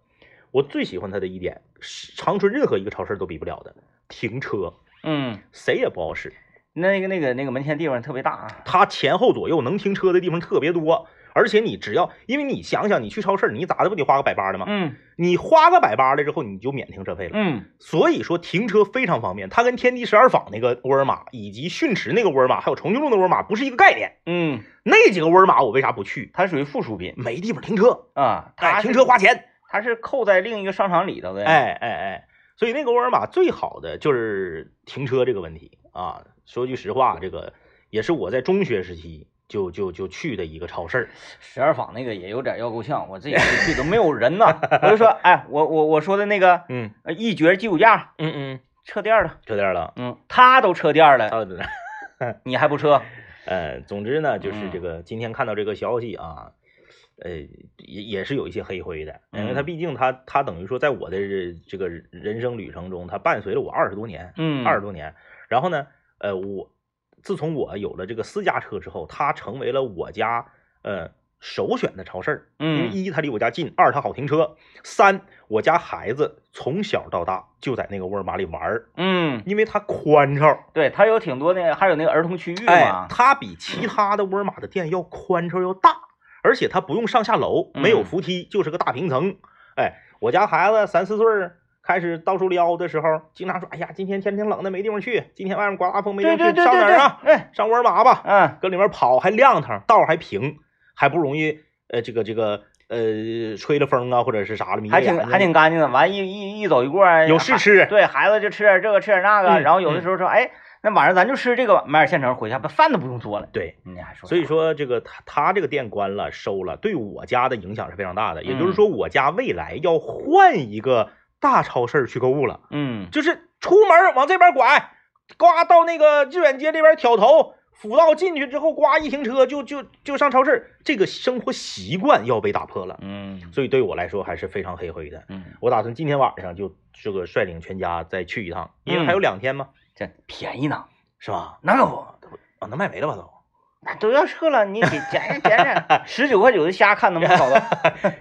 [SPEAKER 2] 我最喜欢它的一点是长春任何一个超市都比不了的停车，
[SPEAKER 1] 嗯，
[SPEAKER 2] 谁也不好使，
[SPEAKER 1] 那个那个那个门前地方特别大啊，
[SPEAKER 2] 它前后左右能停车的地方特别多。而且你只要，因为你想想，你去超市，你咋的不得花个百八的吗？
[SPEAKER 1] 嗯
[SPEAKER 2] 你花个百八了之后，你就免停车费了。
[SPEAKER 1] 嗯
[SPEAKER 2] 所以说停车非常方便，它跟天地十二坊那个沃尔玛，以及汛池那个沃尔玛，还有重庆路那沃尔玛不是一个概念。
[SPEAKER 1] 嗯，
[SPEAKER 2] 那几个沃尔玛我为啥不去？
[SPEAKER 1] 它属于附属品
[SPEAKER 2] 没地方停车，
[SPEAKER 1] 啊，
[SPEAKER 2] 哎，
[SPEAKER 1] 它
[SPEAKER 2] 停
[SPEAKER 1] 是
[SPEAKER 2] 车花钱，
[SPEAKER 1] 它是扣在另一个商场里头的，，
[SPEAKER 2] 哎哎哎，所以那个沃尔玛最好的就是停车这个问题啊。说句实话，这个也是我在中学时期就就就去的一个超市儿。
[SPEAKER 1] 十二坊那个也有点要够呛，我自己去都没有人呢，我就说，哎，我我我说的那个
[SPEAKER 2] 嗯
[SPEAKER 1] 呃一绝鸡骨架
[SPEAKER 2] 嗯嗯，
[SPEAKER 1] 撤店了，
[SPEAKER 2] 就这样了。呃
[SPEAKER 1] 嗯，他都撤店了，
[SPEAKER 2] 到这儿了。
[SPEAKER 1] 你还不撤？
[SPEAKER 2] 呃，总之呢，就是这
[SPEAKER 1] 嗯
[SPEAKER 2] 个今天看到这个消息啊，呃，也也是有一些黑灰的，因为它
[SPEAKER 1] 嗯
[SPEAKER 2] 毕竟它它等于说在我的这这个人生旅程中，它伴随了我二十多年，
[SPEAKER 1] 嗯，
[SPEAKER 2] 二十多年。然后呢，呃，我自从我有了这个私家车之后，它成为了我家呃首选的超市儿，因为
[SPEAKER 1] 嗯，
[SPEAKER 2] 一它离我家近，二它好停车，三我家孩子从小到大就在那个沃尔玛里玩儿，
[SPEAKER 1] 嗯，
[SPEAKER 2] 因为它宽敞。
[SPEAKER 1] 对，它有挺多那个，还有那个儿童区域
[SPEAKER 2] 哎
[SPEAKER 1] 嘛，，
[SPEAKER 2] 它比其他的沃尔玛的店要宽敞要大，而且它不用上下楼，没有
[SPEAKER 1] 嗯
[SPEAKER 2] 扶梯，就是个大平层。哎，我家孩子三四岁儿开始到处撩的时候，经常说：“哎呀，今天天挺冷的，没地方去。今天外面刮大风，没地
[SPEAKER 1] 对
[SPEAKER 2] 方去，
[SPEAKER 1] 对对对
[SPEAKER 2] 上哪
[SPEAKER 1] 对
[SPEAKER 2] 儿啊？，
[SPEAKER 1] 哎，
[SPEAKER 2] 上沃尔玛吧。
[SPEAKER 1] 嗯，
[SPEAKER 2] 搁里面跑还亮堂，道儿还平，还不容易呃这个这个呃吹了风啊或者是啥了，迷
[SPEAKER 1] 还
[SPEAKER 2] 眼
[SPEAKER 1] 挺
[SPEAKER 2] 睛
[SPEAKER 1] 还挺干净的。完一一一走一过，
[SPEAKER 2] 有试
[SPEAKER 1] 还
[SPEAKER 2] 吃。
[SPEAKER 1] 对孩子就吃点这个吃点那个，
[SPEAKER 2] 嗯
[SPEAKER 1] 然后有的时候说，哎，那晚上咱就吃这个，买点现成回家，把饭都不用做了。
[SPEAKER 2] 对，
[SPEAKER 1] 你还说啥？
[SPEAKER 2] 所以说这个他他这个店关了收了，对我家的影响是非常大的。也就是
[SPEAKER 1] 嗯
[SPEAKER 2] 说，我家未来要换一个大超市去购物了，
[SPEAKER 1] 嗯，
[SPEAKER 2] 就是出门往这边拐，呱到那个致远街这边挑头。辅道进去之后，呱一停车就就就上超市，这个生活习惯要被打破了，
[SPEAKER 1] 嗯
[SPEAKER 2] 所以对我来说还是非常黑灰的。
[SPEAKER 1] 嗯，
[SPEAKER 2] 我打算今天晚上就这个率领全家再去一趟，因为还有两天嘛，
[SPEAKER 1] 这便宜呢，
[SPEAKER 2] 嗯是吧？
[SPEAKER 1] 那可不，
[SPEAKER 2] 啊，能卖没了吧都？
[SPEAKER 1] 那都要撤了， 你减减减减，十九块九的虾看能不能搞到？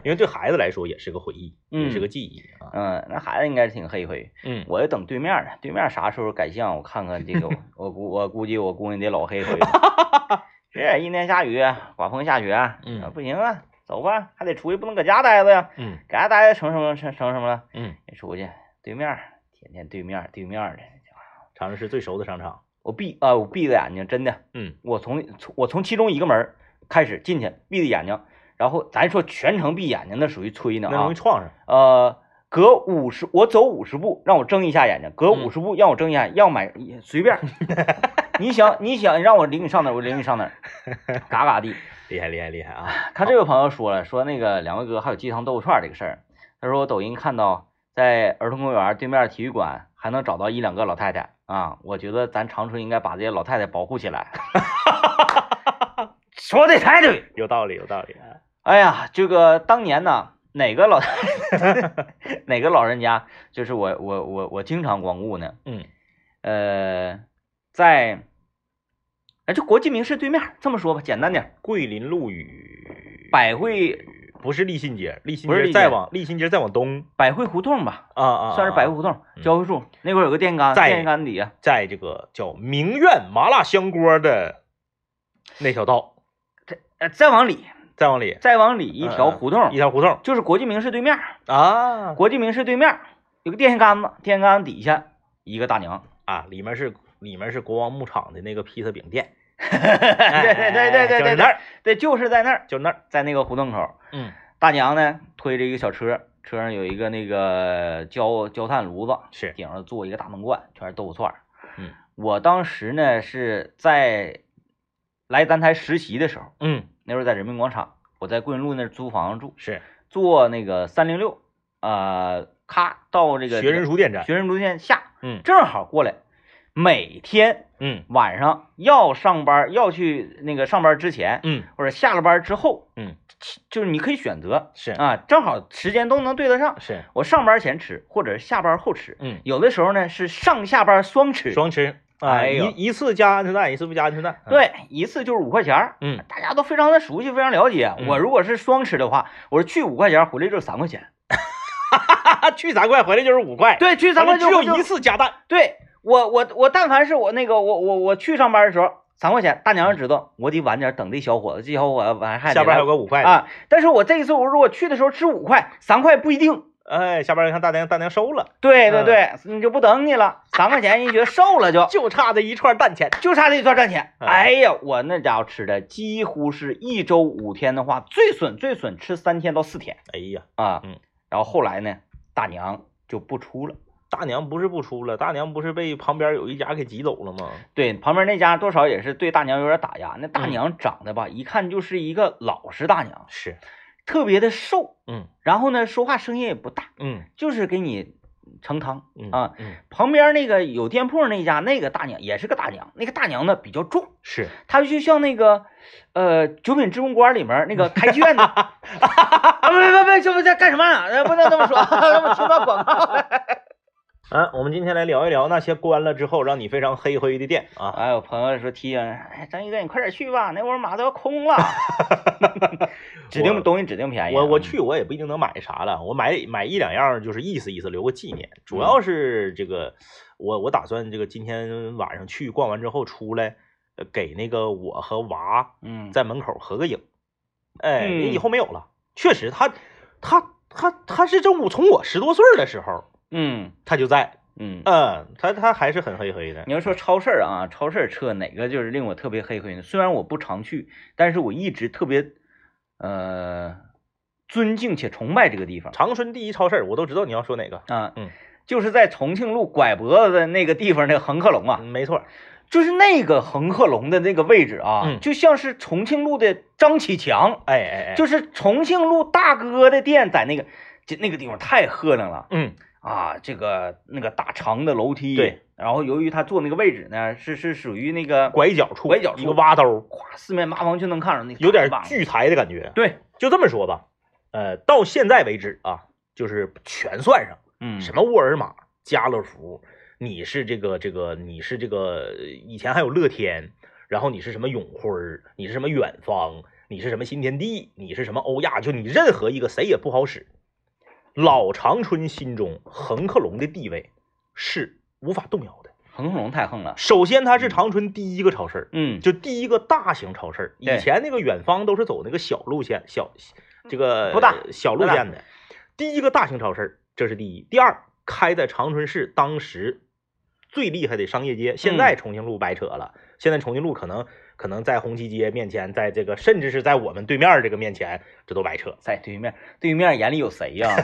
[SPEAKER 2] 因为对孩子来说也是个回忆，
[SPEAKER 1] 嗯
[SPEAKER 2] 也是个记忆啊。
[SPEAKER 1] 嗯，那孩子应该是挺黑灰。
[SPEAKER 2] 嗯，
[SPEAKER 1] 我就等对面呢，对面啥时候改向，我看看这 个我，我估我估计我姑娘得老黑灰了。是，一天下雨，啊刮风下雪，
[SPEAKER 2] 嗯
[SPEAKER 1] 啊不行啊，走吧，还得出去，不能搁家待着呀，
[SPEAKER 2] 嗯
[SPEAKER 1] 搁家待着成什么成成什么了？
[SPEAKER 2] 嗯，
[SPEAKER 1] 得出去，对面天天对面对面的，
[SPEAKER 2] 长春市最熟的商场。
[SPEAKER 1] 我闭啊、我闭着眼睛，真的，
[SPEAKER 2] 嗯
[SPEAKER 1] 我从从我从其中一个门儿开始进去，闭着眼睛，然后咱说全程闭眼睛，那属于吹呢
[SPEAKER 2] 那
[SPEAKER 1] 啊，
[SPEAKER 2] 容易撞上。
[SPEAKER 1] 呃，隔五十，我走五十步，让我睁一下眼睛；隔五十步，让我睁一下，眼，要买随便儿。你想，你想让我领你上哪儿，我领你上哪儿，嘎嘎地。
[SPEAKER 2] 厉害厉害厉害啊！
[SPEAKER 1] 看这位朋友说了，说那个两位哥还有鸡汤豆腐串儿这个事儿，他说我抖音看到在儿童公园对面体育馆还能找到一两个老太太啊，我觉得咱长春应该把这些老太太保护起来。 说的太对。
[SPEAKER 2] 有道理有道理啊。
[SPEAKER 1] 哎呀，这个当年呢，哪个 老 哪个老人家，就是我我我我经常光顾呢。
[SPEAKER 2] 嗯
[SPEAKER 1] 呃，在哎，就国际名仕对面，这么说吧，简单点儿，
[SPEAKER 2] 桂林路与
[SPEAKER 1] 百汇
[SPEAKER 2] 不是立信街，立信
[SPEAKER 1] 不是立
[SPEAKER 2] 街
[SPEAKER 1] 信
[SPEAKER 2] 再往立信街再往东
[SPEAKER 1] 百汇胡同吧，
[SPEAKER 2] 啊啊，啊
[SPEAKER 1] 算是百汇，胡同
[SPEAKER 2] 嗯
[SPEAKER 1] 交汇处那块儿有个电线杆，
[SPEAKER 2] 在
[SPEAKER 1] 电线杆底下
[SPEAKER 2] 在这个叫明苑麻辣香锅的那条道，
[SPEAKER 1] 呃，再往里，
[SPEAKER 2] 再往里
[SPEAKER 1] 再往里一条胡同，
[SPEAKER 2] 一条胡同
[SPEAKER 1] 就是国际名仕对面，
[SPEAKER 2] 啊
[SPEAKER 1] 国际名仕对面有个电线杆子，电线杆底下一个大 娘。
[SPEAKER 2] 啊，里面是里面是国王牧场的那个披萨饼店， 哎
[SPEAKER 1] 对对对对对
[SPEAKER 2] 就是
[SPEAKER 1] 对
[SPEAKER 2] 那
[SPEAKER 1] 对，
[SPEAKER 2] 儿，
[SPEAKER 1] 对，就是在那儿，
[SPEAKER 2] 就是那儿，
[SPEAKER 1] 在那个胡同口。
[SPEAKER 2] 嗯，
[SPEAKER 1] 大娘呢推着一个小车，车上有一个那个焦焦炭炉子，
[SPEAKER 2] 是
[SPEAKER 1] 顶上坐一个大闷罐，全是豆腐串儿。
[SPEAKER 2] 嗯，
[SPEAKER 1] 我当时呢是在来咱台实习的时候，
[SPEAKER 2] 嗯
[SPEAKER 1] 那时候在人民广场，我在桂林路那儿租房住，
[SPEAKER 2] 是
[SPEAKER 1] 坐那个三零六，呃，咔到这个
[SPEAKER 2] 学人书店站，
[SPEAKER 1] 学人路线下，
[SPEAKER 2] 嗯
[SPEAKER 1] 正好过来，每天
[SPEAKER 2] 嗯
[SPEAKER 1] 晚上要上班要去那个上班之前，
[SPEAKER 2] 嗯
[SPEAKER 1] 或者下了班之后，
[SPEAKER 2] 嗯，
[SPEAKER 1] 就是你可以选择，
[SPEAKER 2] 是
[SPEAKER 1] 啊，正好时间都能对得上。
[SPEAKER 2] 是
[SPEAKER 1] 我上班前吃，或者是下班后吃，
[SPEAKER 2] 嗯
[SPEAKER 1] 有的时候呢是上下班双吃。
[SPEAKER 2] 双吃啊，
[SPEAKER 1] 哎
[SPEAKER 2] 一
[SPEAKER 1] 呦
[SPEAKER 2] 一次加鹌鹑蛋，一次不加鹌鹑蛋，
[SPEAKER 1] 对，一次就是五块钱儿，
[SPEAKER 2] 嗯
[SPEAKER 1] 大家都非常的熟悉，非常了解。
[SPEAKER 2] 嗯
[SPEAKER 1] 我如果是双吃的话，我是去五块钱儿，回来就是三块钱。
[SPEAKER 2] 啊， 去三块，回来就是五块，
[SPEAKER 1] 嗯对，去
[SPEAKER 2] 咱
[SPEAKER 1] 三
[SPEAKER 2] 们
[SPEAKER 1] 块
[SPEAKER 2] 只
[SPEAKER 1] 就
[SPEAKER 2] 有
[SPEAKER 1] 就
[SPEAKER 2] 一次加蛋，
[SPEAKER 1] 对我我我，但凡是我那个我我我去上班的时候，三块钱，大娘知道我得晚点等这小伙子，这小伙子晚上还得
[SPEAKER 2] 下边
[SPEAKER 1] 来
[SPEAKER 2] 还有个五块的，
[SPEAKER 1] 哎啊。但是我这一次我如果去的时候吃五块，三块不一定。
[SPEAKER 2] 哎，下边看大娘，大娘收了，
[SPEAKER 1] 对对
[SPEAKER 2] 嗯
[SPEAKER 1] 对，你就不等你了，三块钱一觉瘦了就。
[SPEAKER 2] 就差这一串蛋钱，
[SPEAKER 1] 就差这一串赚钱。
[SPEAKER 2] 嗯
[SPEAKER 1] 哎呀，我那家伙吃的几乎是一周五天的话，最损最损吃三天到四天
[SPEAKER 2] 哎呀，
[SPEAKER 1] 啊。
[SPEAKER 2] 嗯，
[SPEAKER 1] 然后后来呢，大娘就不出了。
[SPEAKER 2] 大娘不是不出了，大娘不是被旁边有一家给挤走了吗？
[SPEAKER 1] 对，旁边那家多少也是对大娘有点打压。那大
[SPEAKER 2] 嗯
[SPEAKER 1] 娘长得吧，一看就是一个老实大娘，
[SPEAKER 2] 是，
[SPEAKER 1] 特别的瘦，
[SPEAKER 2] 嗯
[SPEAKER 1] 然后呢，说话声音也不大，
[SPEAKER 2] 嗯
[SPEAKER 1] 就是给你盛汤。
[SPEAKER 2] 嗯
[SPEAKER 1] 啊
[SPEAKER 2] 嗯
[SPEAKER 1] 旁边那个有店铺那家，那个大娘也是个大娘，那个大娘呢比较壮，
[SPEAKER 2] 是，
[SPEAKER 1] 她就像那个，呃，《九品芝麻官》里面那个开卷 的，啊，不不不，这不这干什么呢、呃不能这么说，让我听到广告。
[SPEAKER 2] 啊，我们今天来聊一聊那些关了之后让你非常黑灰的店啊，
[SPEAKER 1] 哎，我朋友说提醒，哎，张一哥你快点去吧，那沃尔玛都要空 了，指定东西指定便宜。啊
[SPEAKER 2] 我我去我也不一定能买啥了，我买买一两样就是意思意思，留个纪念，主
[SPEAKER 1] 嗯
[SPEAKER 2] 要是这个，我我打算这个今天晚上去逛完之后出来，呃给那个我和娃。
[SPEAKER 1] 嗯，嗯，
[SPEAKER 2] 在门口合个影。哎，
[SPEAKER 1] 嗯
[SPEAKER 2] 以后没有了。确实他，他他他是这我从我十多岁儿的时候
[SPEAKER 1] 嗯
[SPEAKER 2] 他就在，
[SPEAKER 1] 嗯。
[SPEAKER 2] 嗯，他他还是很黑黑的
[SPEAKER 1] 你。要说超市啊，超市撤哪个就是令我特别黑黑呢？虽然我不常去，但是我一直特别，呃，尊敬且崇拜这个地方
[SPEAKER 2] 长春第一超市，我都知道你要说哪个。
[SPEAKER 1] 啊。
[SPEAKER 2] 嗯，
[SPEAKER 1] 就是在重庆路拐脖子的那个地方那个恒客隆啊，
[SPEAKER 2] 嗯没错，
[SPEAKER 1] 就是那个恒客隆的那个位置啊，
[SPEAKER 2] 嗯
[SPEAKER 1] 就像是重庆路的张启强，
[SPEAKER 2] 哎哎哎，
[SPEAKER 1] 就是重庆路大哥的店在那个就那个地方太赫亮了
[SPEAKER 2] 嗯，
[SPEAKER 1] 啊，这个那个大长的楼梯，
[SPEAKER 2] 对，
[SPEAKER 1] 然后由于他坐那个位置呢，是是属于那个
[SPEAKER 2] 拐角处，
[SPEAKER 1] 拐角
[SPEAKER 2] 一
[SPEAKER 1] 处
[SPEAKER 2] 个挖兜，
[SPEAKER 1] 咵四面八方就能看着那个
[SPEAKER 2] 有点
[SPEAKER 1] 大棒
[SPEAKER 2] 聚财的感觉。
[SPEAKER 1] 对，
[SPEAKER 2] 就这么说吧，呃，到现在为止啊，就是全算上，
[SPEAKER 1] 嗯，
[SPEAKER 2] 什么沃尔玛、家乐福，你是这个这个，你是这个，以前还有乐天，然后你是什么永辉儿，你是什么远方，你是什么新天地，你是什么欧亚，就你任何一个谁也不好使。老长春心中恒客隆的地位是无法动摇
[SPEAKER 1] 嗯
[SPEAKER 2] 的。
[SPEAKER 1] 恒客隆太横了，
[SPEAKER 2] 首先，它是长春第一个超市儿，
[SPEAKER 1] 嗯，
[SPEAKER 2] 就第一个大型超市儿，以
[SPEAKER 1] 对
[SPEAKER 2] 前那个远方都是走那个小路线，小这个
[SPEAKER 1] 不大
[SPEAKER 2] 小路线的。第一个大型超市儿，这是第一。第二，开在长春市当时最厉害的商业街，
[SPEAKER 1] 嗯
[SPEAKER 2] 现在重庆路白扯了，现在重庆路可能可能在红旗街面前，在这个甚至是在我们对面儿这个面前，这都白扯。
[SPEAKER 1] 在对面对面眼里有谁 呀、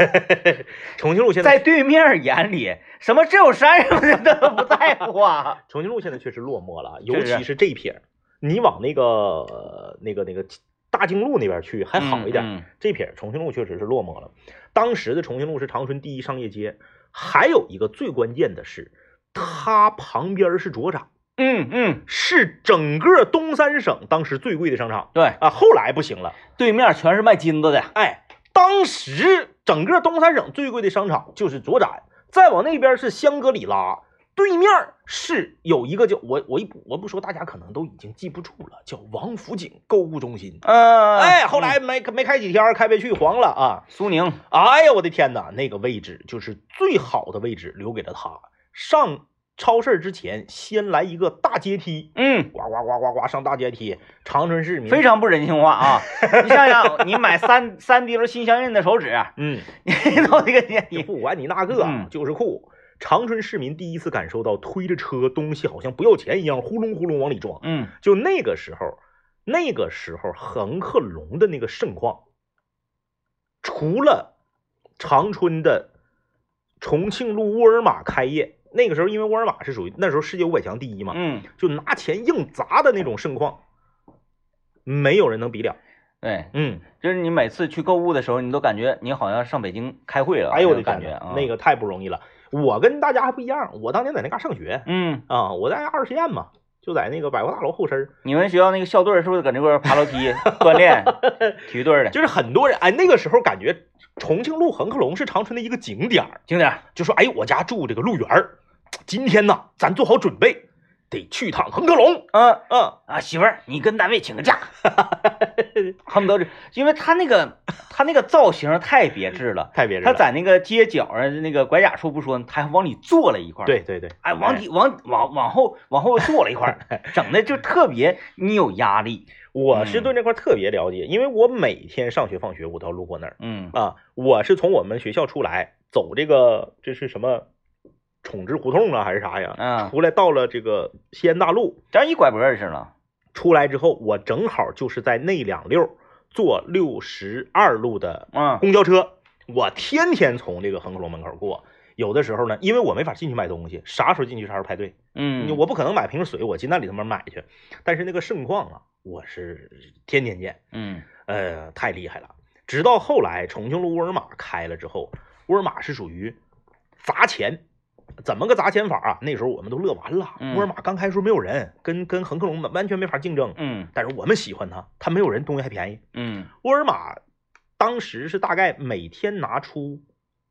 [SPEAKER 2] 重庆路现在
[SPEAKER 1] 在对面眼里，什么只有山什么的都不在乎啊。
[SPEAKER 2] 重庆路现在确实落寞了，
[SPEAKER 1] 确
[SPEAKER 2] 尤
[SPEAKER 1] 实
[SPEAKER 2] 其是这一撇儿，你往那个、呃那个那个大经路那边去 还好一点儿。
[SPEAKER 1] 嗯嗯
[SPEAKER 2] 这撇儿重庆路确实是落寞了。当时的重庆路是长春第一商业街，还有一个最关键的是，它旁边是卓展，
[SPEAKER 1] 嗯嗯，
[SPEAKER 2] 是整个东三省当时最贵的商场
[SPEAKER 1] 对，
[SPEAKER 2] 啊。后来不行了，
[SPEAKER 1] 对面全是卖金子的。
[SPEAKER 2] 哎，当时整个东三省最贵的商场就是卓展，再往那边是香格里拉。对面是有一个叫我我一我不说，大家可能都已经记不住了，叫王府井购物中心。
[SPEAKER 1] 嗯，
[SPEAKER 2] 哎，后来没没开几天，开没去黄了啊。
[SPEAKER 1] 苏宁，
[SPEAKER 2] 哎呀，我的天哪，那个位置就是最好的位置，留给了他。上超市之前，先来一个大阶梯，
[SPEAKER 1] 嗯，
[SPEAKER 2] 呱呱呱呱呱上大阶梯。长春市民
[SPEAKER 1] 非常不人性化 啊！你想想，你买三三滴溜心相印的手指，啊
[SPEAKER 2] 嗯，
[SPEAKER 1] 你到这个年
[SPEAKER 2] 也
[SPEAKER 1] 底，
[SPEAKER 2] 不管你那个啊
[SPEAKER 1] 嗯
[SPEAKER 2] 就是酷。长春市民第一次感受到推着车东西好像不要钱一样，呼隆呼隆往里装。
[SPEAKER 1] 嗯，
[SPEAKER 2] 就那个时候，那个时候恒客隆的那个盛况，除了长春的重庆路沃尔玛开业，那个时候因为沃尔玛是属于那时候世界五百强第一嘛，
[SPEAKER 1] 嗯，
[SPEAKER 2] 就拿钱硬砸的那种盛况，没有人能比了。
[SPEAKER 1] 对，
[SPEAKER 2] 嗯，
[SPEAKER 1] 就是你每次去购物的时候，你都感觉你好像上北京开会了，
[SPEAKER 2] 哎呦我
[SPEAKER 1] 那
[SPEAKER 2] 的
[SPEAKER 1] 种感
[SPEAKER 2] 天
[SPEAKER 1] 觉啊
[SPEAKER 2] 呐，，那，个太不容易了。我跟大家还不一样，我当年在那嘎上学
[SPEAKER 1] 嗯，
[SPEAKER 2] 啊，我在二实验嘛，就在那个百货大楼后身儿
[SPEAKER 1] 你们学校那个校队儿是不是搁那块儿爬楼 梯锻炼？体育队儿的，
[SPEAKER 2] 就是很多人哎，那个时候感觉重庆路恒客隆是长春的一个景点儿，
[SPEAKER 1] 景点儿，
[SPEAKER 2] 就说哎，我家住这个路园儿，今天呢，咱做好准备，得去趟恒客隆。
[SPEAKER 1] 嗯。
[SPEAKER 2] 嗯，
[SPEAKER 1] 啊，媳妇儿，你跟单位请个 假，恨不得这，因为他那个他那个造型太别致了，
[SPEAKER 2] 太别致
[SPEAKER 1] 他
[SPEAKER 2] 了。
[SPEAKER 1] 在那个街角上那个拐角处不说，他还往里坐了一块，，
[SPEAKER 2] 对对对，
[SPEAKER 1] 哎，往底往往往后往后坐了一块 儿，整的就特别你有压力，
[SPEAKER 2] 我是对这块儿特别了解，因为我每天上学放学我都要路过那儿
[SPEAKER 1] 嗯
[SPEAKER 2] 啊。我是从我们学校出来，走这个这是什么宠之胡同啊，还是啥呀？
[SPEAKER 1] 啊，
[SPEAKER 2] 出来到了这个西安大路，
[SPEAKER 1] 这样一拐脖儿就是了，
[SPEAKER 2] 出来之后，我正好就是在那两溜儿坐六十二路的
[SPEAKER 1] 嗯
[SPEAKER 2] 公交车，我天天从这个恒客隆门口过。有的时候呢，因为我没法进去买东西，啥时候进去啥时候排队。
[SPEAKER 1] 嗯，
[SPEAKER 2] 我不可能买瓶水，我进那里他妈买去。但是那个盛况啊，我是天天见，
[SPEAKER 1] 嗯
[SPEAKER 2] 呃，太厉害了。直到后来重庆路沃尔玛开了之后，沃尔玛是属于砸钱，怎么个砸钱法啊？那时候我们都乐完了。
[SPEAKER 1] 嗯
[SPEAKER 2] 沃尔玛刚开时候没有人，跟跟恒客隆完全没法竞争。
[SPEAKER 1] 嗯
[SPEAKER 2] 但是我们喜欢它，它没有人，东西还便宜。
[SPEAKER 1] 嗯
[SPEAKER 2] 沃尔玛当时是大概每天拿出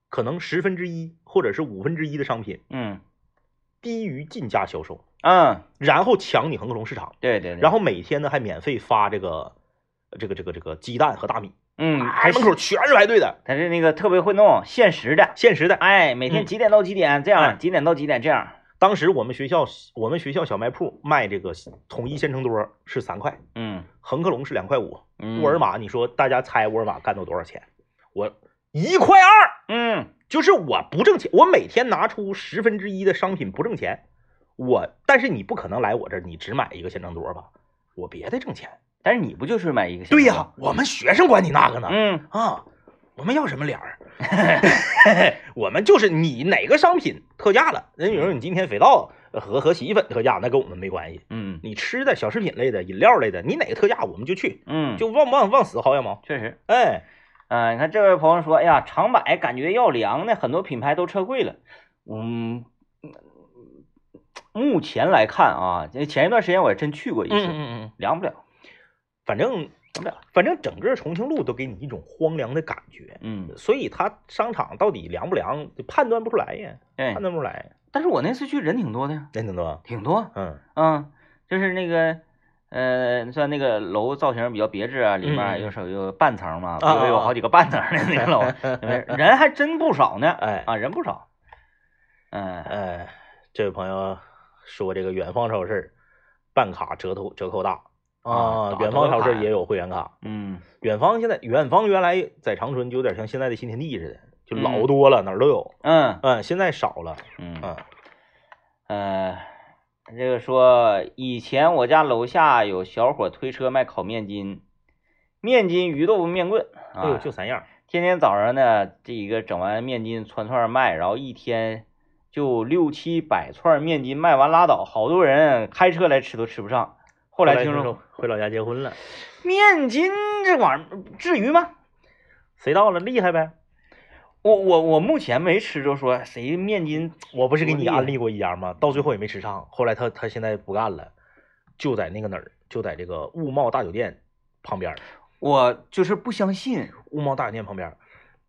[SPEAKER 2] 可能十分之一或者是五分之一的商品，
[SPEAKER 1] 嗯
[SPEAKER 2] 低于进价销售，
[SPEAKER 1] 嗯，
[SPEAKER 2] 然后抢你恒客隆市场，
[SPEAKER 1] 对对对，
[SPEAKER 2] 然
[SPEAKER 1] 后
[SPEAKER 2] 后每天呢还免费发这个这个这个这个鸡蛋和大米，
[SPEAKER 1] 嗯，
[SPEAKER 2] 哎，门口全是排队的，
[SPEAKER 1] 他是那个特别会弄限时的，
[SPEAKER 2] 限时的。
[SPEAKER 1] 哎，每天
[SPEAKER 2] 嗯
[SPEAKER 1] 几点到几点这
[SPEAKER 2] 哎
[SPEAKER 1] 样，几点到几点这样，
[SPEAKER 2] 当时我们学校我们学校小卖铺卖这个统一鲜橙多是三块，
[SPEAKER 1] 嗯。
[SPEAKER 2] 恒客隆是两块五，
[SPEAKER 1] 嗯
[SPEAKER 2] 沃尔，玛你说大家猜沃尔玛干到多少钱？我一块二。
[SPEAKER 1] 嗯
[SPEAKER 2] 就是我不挣钱，我每天拿出十分之一的商品不挣钱，我但是你不可能来我这儿，你只买一个鲜橙多吧？我别的挣钱。，
[SPEAKER 1] 但是你不就是买一个？
[SPEAKER 2] 对呀、，我们学生管你那个呢、
[SPEAKER 1] 嗯
[SPEAKER 2] 啊！我们要什么脸儿？ 我们就是你哪个商品特价了，人比如说你今天肥皂和和洗衣粉特价，那跟我们没关系。
[SPEAKER 1] 嗯
[SPEAKER 2] 你吃的小食品类的、饮料类的，你哪个特价我们就去，
[SPEAKER 1] 嗯，
[SPEAKER 2] 就往往往死薅羊毛。
[SPEAKER 1] 确实，
[SPEAKER 2] 哎，
[SPEAKER 1] 嗯、你看这位朋友说，哎呀，长摆感觉要凉呢，很多品牌都撤柜了。嗯，目前来看啊，这前一段时间我还真去过一次，
[SPEAKER 2] 嗯，
[SPEAKER 1] 凉不了。
[SPEAKER 2] 反正反正整个重庆路都给你一种荒凉的感觉，
[SPEAKER 1] 嗯，
[SPEAKER 2] 所以它商场到底凉不凉，判断不出来呀，
[SPEAKER 1] 对
[SPEAKER 2] 判。断不出来。
[SPEAKER 1] 但是我那次去人挺多的呀，
[SPEAKER 2] 那等等，
[SPEAKER 1] 挺多。
[SPEAKER 2] 嗯
[SPEAKER 1] 嗯，就是那个，呃，算那个楼造型比较别致啊，里面儿
[SPEAKER 2] 嗯嗯
[SPEAKER 1] 有手有半层嘛，
[SPEAKER 2] 啊
[SPEAKER 1] 有
[SPEAKER 2] 啊
[SPEAKER 1] 有
[SPEAKER 2] 啊
[SPEAKER 1] 好几个半层的那 个楼，人还真不少呢。
[SPEAKER 2] 哎
[SPEAKER 1] 啊，人不少。嗯，
[SPEAKER 2] 哎，这位朋友说这个远方超市办卡折扣折扣大
[SPEAKER 1] 啊打
[SPEAKER 2] 远方超
[SPEAKER 1] 折扣
[SPEAKER 2] 市
[SPEAKER 1] 卡呀
[SPEAKER 2] 也有会员卡。
[SPEAKER 1] 嗯，
[SPEAKER 2] 远方现在远方原来在长春就有点像现在的新天地似的，就老
[SPEAKER 1] 嗯
[SPEAKER 2] 多了，哪儿都有。
[SPEAKER 1] 嗯，
[SPEAKER 2] 嗯，现在少了。
[SPEAKER 1] 嗯，
[SPEAKER 2] 嗯，
[SPEAKER 1] 呃，这个说以前我家楼下有小伙推车卖烤面筋，面筋、鱼豆腐、面棍啊，
[SPEAKER 2] 哎呦，就三样儿。
[SPEAKER 1] 天天早上呢，这一个整完面筋串串卖，然后一天就六七百串面筋卖完拉倒，好多人开车来吃都吃不上。后
[SPEAKER 2] 后
[SPEAKER 1] 来听
[SPEAKER 2] 听
[SPEAKER 1] 说
[SPEAKER 2] 回老家结婚了，
[SPEAKER 1] 面筋这玩意儿至于吗？
[SPEAKER 2] 谁到了厉害呗？
[SPEAKER 1] 我我我目前没吃着说谁面筋，
[SPEAKER 2] 我不是给
[SPEAKER 1] 多
[SPEAKER 2] 你
[SPEAKER 1] 厉害
[SPEAKER 2] 安利过一家吗？到最后也没吃上。后来他他现在不干了，就在那个哪儿，就在这个物贸大酒店旁边儿。
[SPEAKER 1] 我就是不相信。
[SPEAKER 2] 物贸大酒店旁边儿，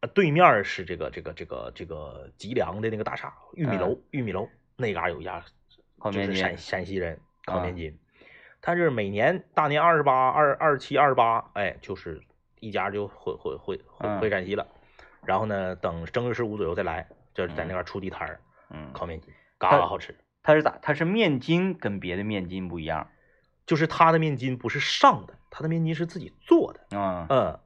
[SPEAKER 2] 呃，对面儿是这个这个这个这个吉良的那个大厦，玉米楼，玉米楼那嘎、有一家，
[SPEAKER 1] 嗯烤
[SPEAKER 2] 就
[SPEAKER 1] 面
[SPEAKER 2] 是
[SPEAKER 1] 筋
[SPEAKER 2] 陕陕西人烤
[SPEAKER 1] 啊
[SPEAKER 2] 面筋，他是每年大年二十八、二二七、二十八，哎，就是一家就回回回回
[SPEAKER 1] 嗯
[SPEAKER 2] 回陕西了，然后呢，等正月十五左右再来，就是在那
[SPEAKER 1] 嗯
[SPEAKER 2] 边儿出地摊儿
[SPEAKER 1] 嗯，
[SPEAKER 2] 烤面筋，嘎
[SPEAKER 1] 它
[SPEAKER 2] 好吃。
[SPEAKER 1] 它是咋？它是面筋跟别的面筋不一样
[SPEAKER 2] 就是他的面筋不是上的，他的面筋是自己做的，
[SPEAKER 1] 啊。
[SPEAKER 2] 嗯。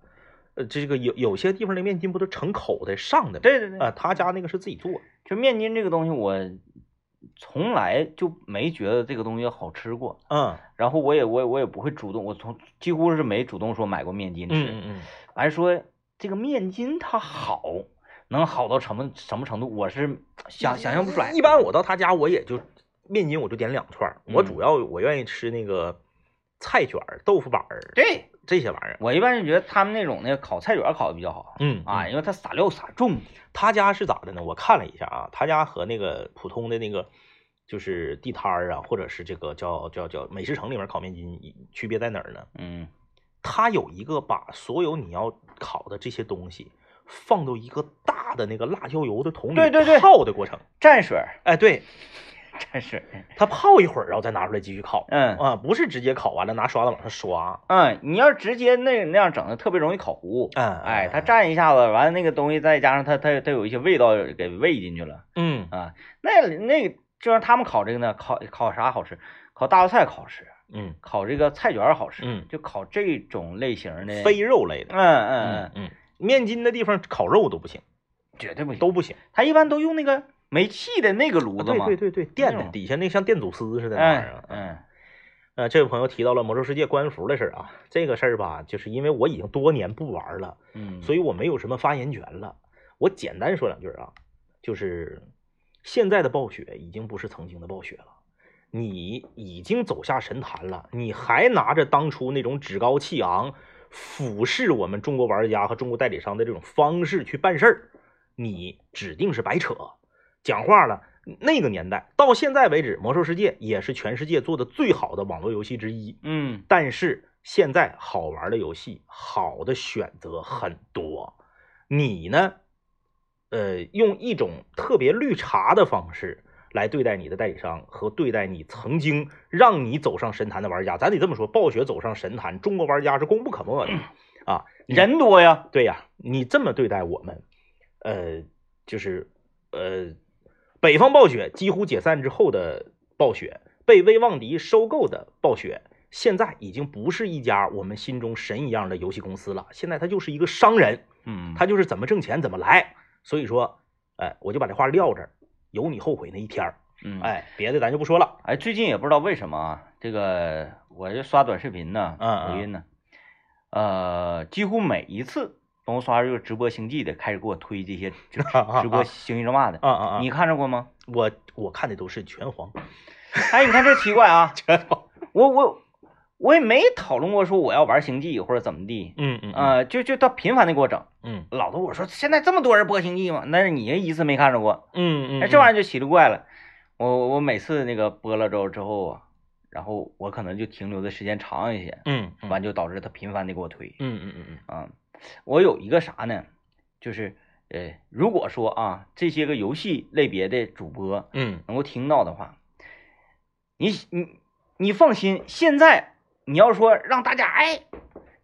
[SPEAKER 2] 呃，这个有有些地方的面筋不都成口的上的吗？
[SPEAKER 1] 对对对，
[SPEAKER 2] 啊，他家那个是自己做的。
[SPEAKER 1] 就面筋这个东西，我从来就没觉得这个东西好吃过。
[SPEAKER 2] 嗯
[SPEAKER 1] 然后我也我也我也不会主动，我从几乎是没主动说买过面筋吃，
[SPEAKER 2] 嗯
[SPEAKER 1] 还说这个面筋它好，能好到什么什么程度，我是想想象不出来。
[SPEAKER 2] 一般我到他家，我也就面筋，我就点两串儿。我
[SPEAKER 1] 嗯
[SPEAKER 2] 主要我愿意吃那个菜卷儿、豆腐板儿
[SPEAKER 1] 对，
[SPEAKER 2] 这些玩意儿。
[SPEAKER 1] 我一般是觉得他们那种那个烤菜卷儿烤的比较好
[SPEAKER 2] 嗯
[SPEAKER 1] 啊，，因为它撒料撒重。
[SPEAKER 2] 他家是咋的呢？我看了一下啊，他家和那个普通的那个就是地摊儿啊，或者是这个叫叫叫美食城里面烤面筋一区别在哪儿呢？
[SPEAKER 1] 嗯
[SPEAKER 2] 它有一个把所有你要烤的这些东西放到一个大的那个辣椒油的桶里
[SPEAKER 1] 对对对
[SPEAKER 2] 泡的过程。
[SPEAKER 1] 蘸水儿，
[SPEAKER 2] 哎，对，
[SPEAKER 1] 蘸水儿。
[SPEAKER 2] 它泡一会儿，然后再拿出来继续烤。
[SPEAKER 1] 嗯
[SPEAKER 2] 啊，不是直接烤完了拿刷子往上刷，
[SPEAKER 1] 嗯，你要直接那那样整的，特别容易烤糊。
[SPEAKER 2] 嗯，
[SPEAKER 1] 哎，它，蘸一下子，完了那个东西再加上它它它有一些味道给喂进去了。
[SPEAKER 2] 嗯，
[SPEAKER 1] 啊，那那个就让他们烤这个呢，烤烤啥好吃？烤大头菜好吃，
[SPEAKER 2] 嗯
[SPEAKER 1] 烤这个菜卷儿好吃，
[SPEAKER 2] 嗯
[SPEAKER 1] 就烤这种类型的。
[SPEAKER 2] 非肉类
[SPEAKER 1] 嗯
[SPEAKER 2] 的，
[SPEAKER 1] 嗯嗯，
[SPEAKER 2] 嗯，面筋的地方烤肉都不行，
[SPEAKER 1] 绝对不行。
[SPEAKER 2] 都不行，啊
[SPEAKER 1] 他一般都用那个煤气的那个炉子
[SPEAKER 2] 对
[SPEAKER 1] 嘛。
[SPEAKER 2] 对对对，电
[SPEAKER 1] 那
[SPEAKER 2] 的
[SPEAKER 1] 种
[SPEAKER 2] 底下那像电阻丝似的那玩意
[SPEAKER 1] 哎
[SPEAKER 2] 儿，嗯，
[SPEAKER 1] 嗯
[SPEAKER 2] 呃，这位朋友提到了魔兽世界官服的事儿啊，这个事儿吧，就是因为我已经多年不玩了，
[SPEAKER 1] 嗯，
[SPEAKER 2] 所
[SPEAKER 1] 以
[SPEAKER 2] 以我没有什么发言权了，我简单说两句啊，就是现在的暴雪已经不是曾经的暴雪了。你已经走下神坛了，你还拿着当初那种趾高气昂、俯视我们中国玩家和中国代理商的这种方式去办事儿，你指定是白扯。讲话了，那个年代到现在为止，《魔兽世界》也是全世界做的最好的网络游戏之一。
[SPEAKER 1] 嗯
[SPEAKER 2] 但是现在好玩的游戏，好的选择很多。你呢，呃，用一种特别绿茶的方式来对待你的代理商和对待你曾经让你走上神坛的玩家。咱得这么说，暴雪走上神坛，中国玩家是功不可没的啊！
[SPEAKER 1] 人多呀，
[SPEAKER 2] 对呀，你这么对待我们，呃，就是呃，北方暴雪几乎解散之后的暴雪，被威望迪收购的暴雪，现在已经不是一家我们心中神一样的游戏公司了，现在它就是一个商人，
[SPEAKER 1] 嗯，
[SPEAKER 2] 他就是怎么挣钱怎么来。所以说，哎，我就把这话撂这儿，有你后悔那一天儿。
[SPEAKER 1] 嗯
[SPEAKER 2] 哎，别的咱就不说了。
[SPEAKER 1] 哎，最近也不知道为什么啊，这个我就刷短视频呢，
[SPEAKER 2] 嗯嗯
[SPEAKER 1] 抖音呢，呃，几乎每一次从刷这个直播星际的开始给我推这些 就直直播星际争霸的，
[SPEAKER 2] 啊啊啊！
[SPEAKER 1] 你看着过吗？
[SPEAKER 2] 我我看的都是拳皇，
[SPEAKER 1] 哎，你看这奇怪 啊，
[SPEAKER 2] 拳皇，
[SPEAKER 1] 我我我也没讨论过说我要玩星际或者怎么地，
[SPEAKER 2] 嗯嗯嗯
[SPEAKER 1] 呃，就就他频繁的给我整，
[SPEAKER 2] 嗯
[SPEAKER 1] 老多我说现在这么多人播星际吗？那是你一次没看着过，
[SPEAKER 2] 嗯
[SPEAKER 1] 哎，这玩意儿就奇了怪了。我我每次那个播了之后之后啊，然后我可能就停留的时间长一些，
[SPEAKER 2] 嗯嗯
[SPEAKER 1] 完就导致他频繁的给我推
[SPEAKER 2] 嗯嗯嗯嗯
[SPEAKER 1] 啊。我有一个啥呢？就是呃，如果说啊这些个游戏类别的主播
[SPEAKER 2] 嗯
[SPEAKER 1] 能够听到的话，你你你放心，现在你要说让大家哎，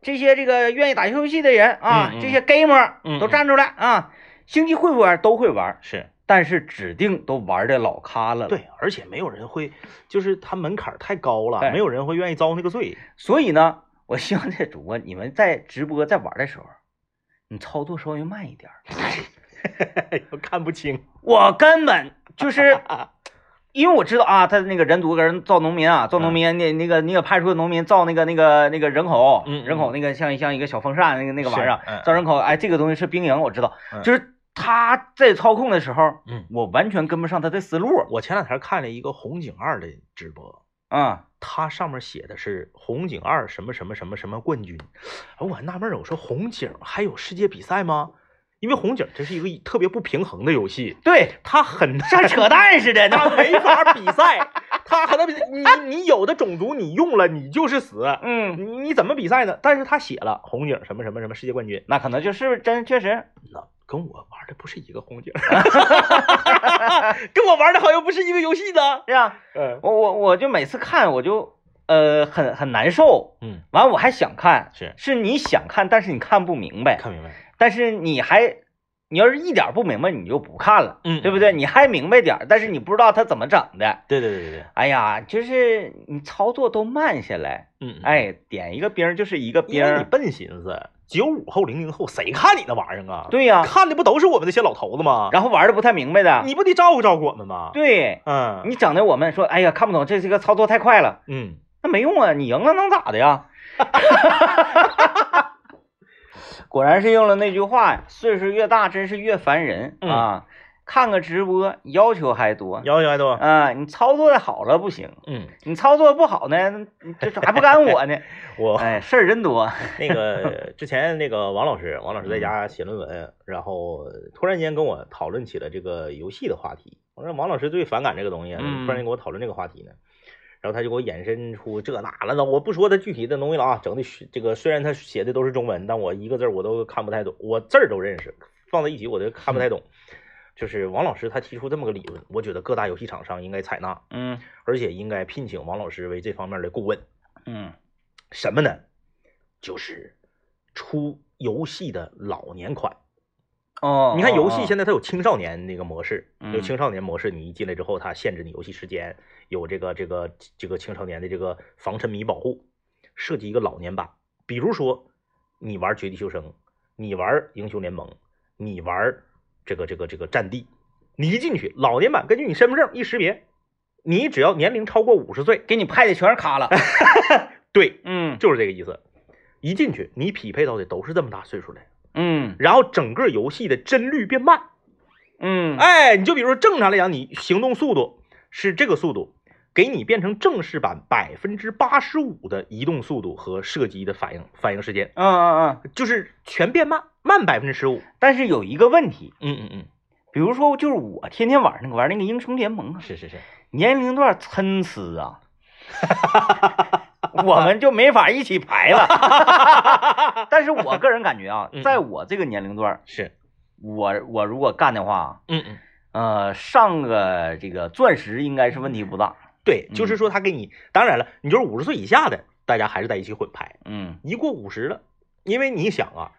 [SPEAKER 1] 这些这个愿意打游戏的人啊，
[SPEAKER 2] 嗯嗯
[SPEAKER 1] 这些 gamer
[SPEAKER 2] 嗯
[SPEAKER 1] 都
[SPEAKER 2] 嗯
[SPEAKER 1] 站出来啊，星际会不玩都会玩，
[SPEAKER 2] 是
[SPEAKER 1] 但是指定都玩的老咖了。，
[SPEAKER 2] 对，而且没有人会，就是他门槛儿太高了
[SPEAKER 1] 对，
[SPEAKER 2] 没有人会愿意遭那个罪。
[SPEAKER 1] 所以呢，我希望这主播你们在直播在玩的时候，你操作稍微慢一点儿。
[SPEAKER 2] 我看不清，
[SPEAKER 1] 我根本 就是。因为我知道啊，他那个人族跟人造农民
[SPEAKER 2] 嗯
[SPEAKER 1] 啊，造农民那那个那个派出的农民造那个那个那个人口，
[SPEAKER 2] 嗯嗯
[SPEAKER 1] 人口那个像像一个小风扇那个那个玩意儿
[SPEAKER 2] 是嗯
[SPEAKER 1] 啊，造人口，哎，这个东西是兵营，我知道，
[SPEAKER 2] 嗯
[SPEAKER 1] 就是他在操控的时候，
[SPEAKER 2] 嗯，
[SPEAKER 1] 我完全跟不上他的思路
[SPEAKER 2] 我前两天看了一个红警二的直播，嗯
[SPEAKER 1] 啊，
[SPEAKER 2] 它上面写的是红警二什么什么什么什么冠军，哎我还纳闷儿，我说红警还有世界比赛吗？因为红警这是一个特别不平衡的游戏，
[SPEAKER 1] 对，
[SPEAKER 2] 它很难
[SPEAKER 1] 像扯淡似的，
[SPEAKER 2] 他
[SPEAKER 1] 那
[SPEAKER 2] 没法比赛，他还能比赛你你有的种族你用了你就是死，
[SPEAKER 1] 嗯，
[SPEAKER 2] 你你怎么比赛呢？但是他写了红警什么什么什么世界冠军，
[SPEAKER 1] 那可能就是真确实，
[SPEAKER 2] 那跟我玩的不是一个红警， 跟我玩的好像不是一个游戏呢。
[SPEAKER 1] 是啊，
[SPEAKER 2] 嗯
[SPEAKER 1] 我我我就每次看我就呃很很难受，
[SPEAKER 2] 嗯，
[SPEAKER 1] 完我还想看，
[SPEAKER 2] 是
[SPEAKER 1] 是你想看，但是你看不明白，
[SPEAKER 2] 看明白了，
[SPEAKER 1] 但是你还，你要是一点儿不明白，你就不看了，
[SPEAKER 2] 嗯
[SPEAKER 1] 对不对？？你还明白点儿，但是你不知道他怎么整的。
[SPEAKER 2] 对对对对对，
[SPEAKER 1] 哎呀，就是你操作都慢下来，
[SPEAKER 2] 嗯，
[SPEAKER 1] 哎，点一个兵儿就是一个
[SPEAKER 2] 因
[SPEAKER 1] 兵
[SPEAKER 2] 为你
[SPEAKER 1] 儿，
[SPEAKER 2] 笨，寻思九五后、零零后谁看你那玩意儿啊？，
[SPEAKER 1] 对呀、
[SPEAKER 2] 看的不都是我们这些老头子吗？
[SPEAKER 1] 然后玩的不太明白的，
[SPEAKER 2] 你不得照顾照顾我们吗？，
[SPEAKER 1] 对
[SPEAKER 2] 嗯，
[SPEAKER 1] 你整的我们说，哎呀，看不懂，这这个操作太快了，
[SPEAKER 2] 嗯，
[SPEAKER 1] 那没用啊，你赢了能咋的 呀？果然是应了那句话呀，岁数越大真是越烦人、
[SPEAKER 2] 嗯
[SPEAKER 1] 啊！看个直播要求还多，
[SPEAKER 2] 摇摇爱 豆，
[SPEAKER 1] 啊，你操作的好了不行，
[SPEAKER 2] 嗯，
[SPEAKER 1] 你操作不好呢，你这还不干我 呢。
[SPEAKER 2] 我
[SPEAKER 1] 哎，事儿真多。
[SPEAKER 2] 那个之前那个王老师，王老师在家写论文，然后突然间跟我讨论起了这个游戏的话题。我说王老师最反感这个东西，怎么突然间跟我讨论这个话题呢？然后他就给我衍生出这那了，那我不说他具体的东西了啊，整的是这个虽然他写的都是中文，但我一个字儿我都看不太懂，我字儿都认识，放在一起我都看不太懂。就是王老师他提出这么个理论，我觉得各大游戏厂商应该采纳，
[SPEAKER 1] 嗯
[SPEAKER 2] 而且应该聘请王老师为这方面的顾问。
[SPEAKER 1] 嗯
[SPEAKER 2] 什么呢？就是出游戏的老年款。
[SPEAKER 1] 哦，
[SPEAKER 2] 你看游戏
[SPEAKER 1] 在
[SPEAKER 2] 现在它有青少年那个模式，有
[SPEAKER 1] 嗯
[SPEAKER 2] 青少年模式，你一进来之后，它限制你游戏时间，有这个这个这个青少年的这个防沉迷保护，设计一个老年版。比如说，你玩《绝地求生》，你玩英雄联盟，你玩这个这个这个战地，你一进去，老年版根据你身份证一识别，你只要年龄超过五十岁，
[SPEAKER 1] 给你派的全是卡 了。
[SPEAKER 2] 对，
[SPEAKER 1] 嗯
[SPEAKER 2] 就是这个意思。一进去，你匹配到的都是这么大岁数的，
[SPEAKER 1] 嗯
[SPEAKER 2] 然后整个游戏的帧率变慢。
[SPEAKER 1] 嗯，
[SPEAKER 2] 哎，你就比如说正常来讲，你行动速度是这个速度，给你变成正式版百分之八十五的移动速度和射击的反应反应时间，
[SPEAKER 1] 嗯嗯嗯。
[SPEAKER 2] 就是全变慢，慢百分之十五。
[SPEAKER 1] 但是有一个问题，
[SPEAKER 2] 嗯嗯嗯，
[SPEAKER 1] 比如说就是我天天玩那个玩那个英雄联盟啊，
[SPEAKER 2] 是是是，
[SPEAKER 1] 年龄段参差啊。我们就没法一起排了， 但是我个人感觉啊
[SPEAKER 2] 嗯，嗯
[SPEAKER 1] 在我这个年龄段，
[SPEAKER 2] 是，
[SPEAKER 1] 我我如果干的话，
[SPEAKER 2] 嗯嗯，
[SPEAKER 1] 呃，上个这个钻石应该是问题不大。
[SPEAKER 2] 对，就是说他给你，当然了，你就是五十岁以下的，大家还是在一起混拍。
[SPEAKER 1] 嗯
[SPEAKER 2] 一过五十了，因为你想啊，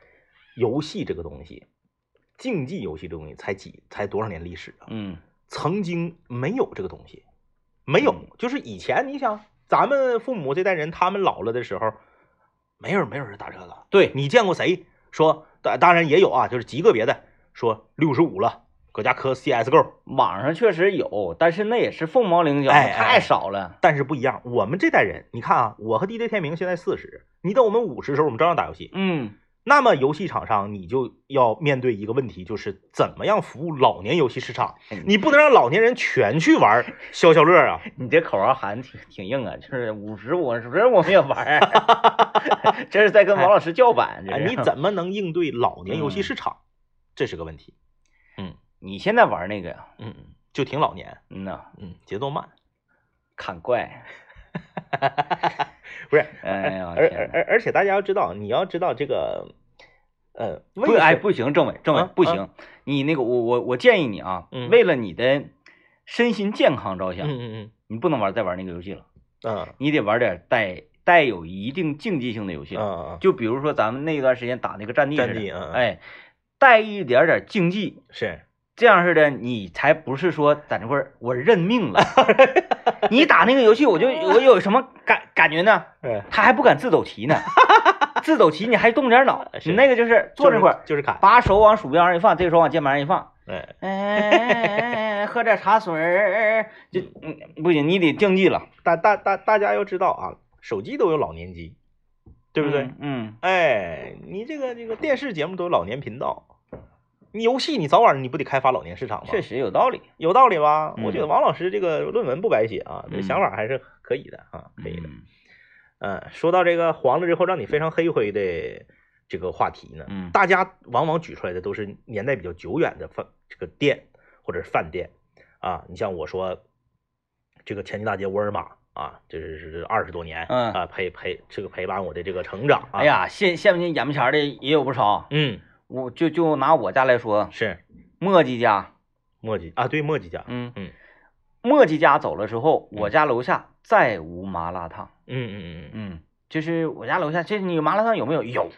[SPEAKER 2] 游戏这个东西，竞技游戏这个东西才几才多少年历史啊？
[SPEAKER 1] 嗯
[SPEAKER 2] 曾经没有这个东西，没有
[SPEAKER 1] 嗯，
[SPEAKER 2] 就是以前你想咱们父母这代人，他们老了的时候，没有没有人打这个。对你见过谁说？当当然也有啊，就是极个别的说六十五了，搁家磕 CSGO，，
[SPEAKER 1] 网上确实有，但是那也是凤毛麟角，
[SPEAKER 2] 哎哎
[SPEAKER 1] 太少了。
[SPEAKER 2] 但是不一样。我们这代人，你看啊，我和 DJ 天明现在四十，你等我们五十的时候，我们照样打游戏。
[SPEAKER 1] 嗯
[SPEAKER 2] 那么游戏厂商你就要面对一个问题，就是怎么样服务老年游戏市场
[SPEAKER 1] 哎，
[SPEAKER 2] 你不能让老年人全去玩 消消乐啊。
[SPEAKER 1] 你这口号喊挺挺硬啊，就是五十我是不是我没有玩儿，啊 这是在跟王老师叫板。这
[SPEAKER 2] 哎，
[SPEAKER 1] 是
[SPEAKER 2] 你 怎么能应对老年
[SPEAKER 1] 嗯
[SPEAKER 2] 游戏市场？这是个问题。
[SPEAKER 1] 你现在玩那个呀？
[SPEAKER 2] 嗯，嗯，就挺老年，
[SPEAKER 1] 嗯呐，
[SPEAKER 2] 嗯，节奏慢，
[SPEAKER 1] 砍怪，
[SPEAKER 2] 不是？
[SPEAKER 1] 哎 呀，
[SPEAKER 2] 而
[SPEAKER 1] 天
[SPEAKER 2] 而
[SPEAKER 1] 哪
[SPEAKER 2] 而而且大家要知道，你要知道这个，呃，
[SPEAKER 1] 不，
[SPEAKER 2] 为
[SPEAKER 1] 哎，
[SPEAKER 2] 什
[SPEAKER 1] 不行，政委，政委
[SPEAKER 2] 啊
[SPEAKER 1] 不行，你那个我我我建议你啊，
[SPEAKER 2] 嗯
[SPEAKER 1] 为了你的身心健康着想，
[SPEAKER 2] 嗯嗯
[SPEAKER 1] 你不能玩再玩那个游戏了，
[SPEAKER 2] 嗯
[SPEAKER 1] 你得玩点带带有一定竞技性的游戏
[SPEAKER 2] 嗯，嗯，
[SPEAKER 1] 就比如说咱们那段时间打那个战地
[SPEAKER 2] 战
[SPEAKER 1] 似的
[SPEAKER 2] 地嗯嗯
[SPEAKER 1] 哎，带一点点竞技，
[SPEAKER 2] 是
[SPEAKER 1] 这样似的，你才不是说在那块儿我认命了。你打那个游戏，我就我有什么感感觉呢？
[SPEAKER 2] 嗯，
[SPEAKER 1] 他还不敢自走棋呢，自走棋你还动点脑，
[SPEAKER 2] 是
[SPEAKER 1] 你那个就是坐
[SPEAKER 2] 这
[SPEAKER 1] 那块儿，
[SPEAKER 2] 就是卡，
[SPEAKER 1] 把手往鼠标上一放，这个手往键盘上一 放，
[SPEAKER 2] 哎，
[SPEAKER 1] 哎，喝点茶水儿，就嗯不行，你得竞技了，
[SPEAKER 2] 大大大大家要知道啊，手机都有老年机，
[SPEAKER 1] 对
[SPEAKER 2] 对不对？？
[SPEAKER 1] 嗯，
[SPEAKER 2] 哎，你这个这个电视节目都有老年频道，你游戏你早晚你不得开发老年市场吗？
[SPEAKER 1] 确实有道理。
[SPEAKER 2] 有道理吧？
[SPEAKER 1] 嗯
[SPEAKER 2] 我觉得王老师这个论文不白写啊，这
[SPEAKER 1] 嗯
[SPEAKER 2] 想法还是可以的啊，可以的。
[SPEAKER 1] 嗯
[SPEAKER 2] 嗯，说到这个黄了之后让你非常黑灰的这个话题呢，
[SPEAKER 1] 嗯
[SPEAKER 2] 大家往往举出来的都是年代比较久远的饭这个店或者是饭店啊，你像我说这个前进大街沃尔玛啊，这是是二十多年，
[SPEAKER 1] 嗯
[SPEAKER 2] 啊陪陪这个陪伴我的这个成长啊，
[SPEAKER 1] 哎，呀，现现不近眼巴前儿的也有不少，
[SPEAKER 2] 嗯，
[SPEAKER 1] 我就就拿我家来说，
[SPEAKER 2] 是
[SPEAKER 1] 墨迹家，
[SPEAKER 2] 墨迹啊，对墨迹家，
[SPEAKER 1] 嗯
[SPEAKER 2] 嗯
[SPEAKER 1] 墨迹家走了之后，我家楼下再无麻辣烫。
[SPEAKER 2] 嗯嗯嗯嗯，
[SPEAKER 1] 嗯，就是我家楼下，这你麻辣烫有没有？有，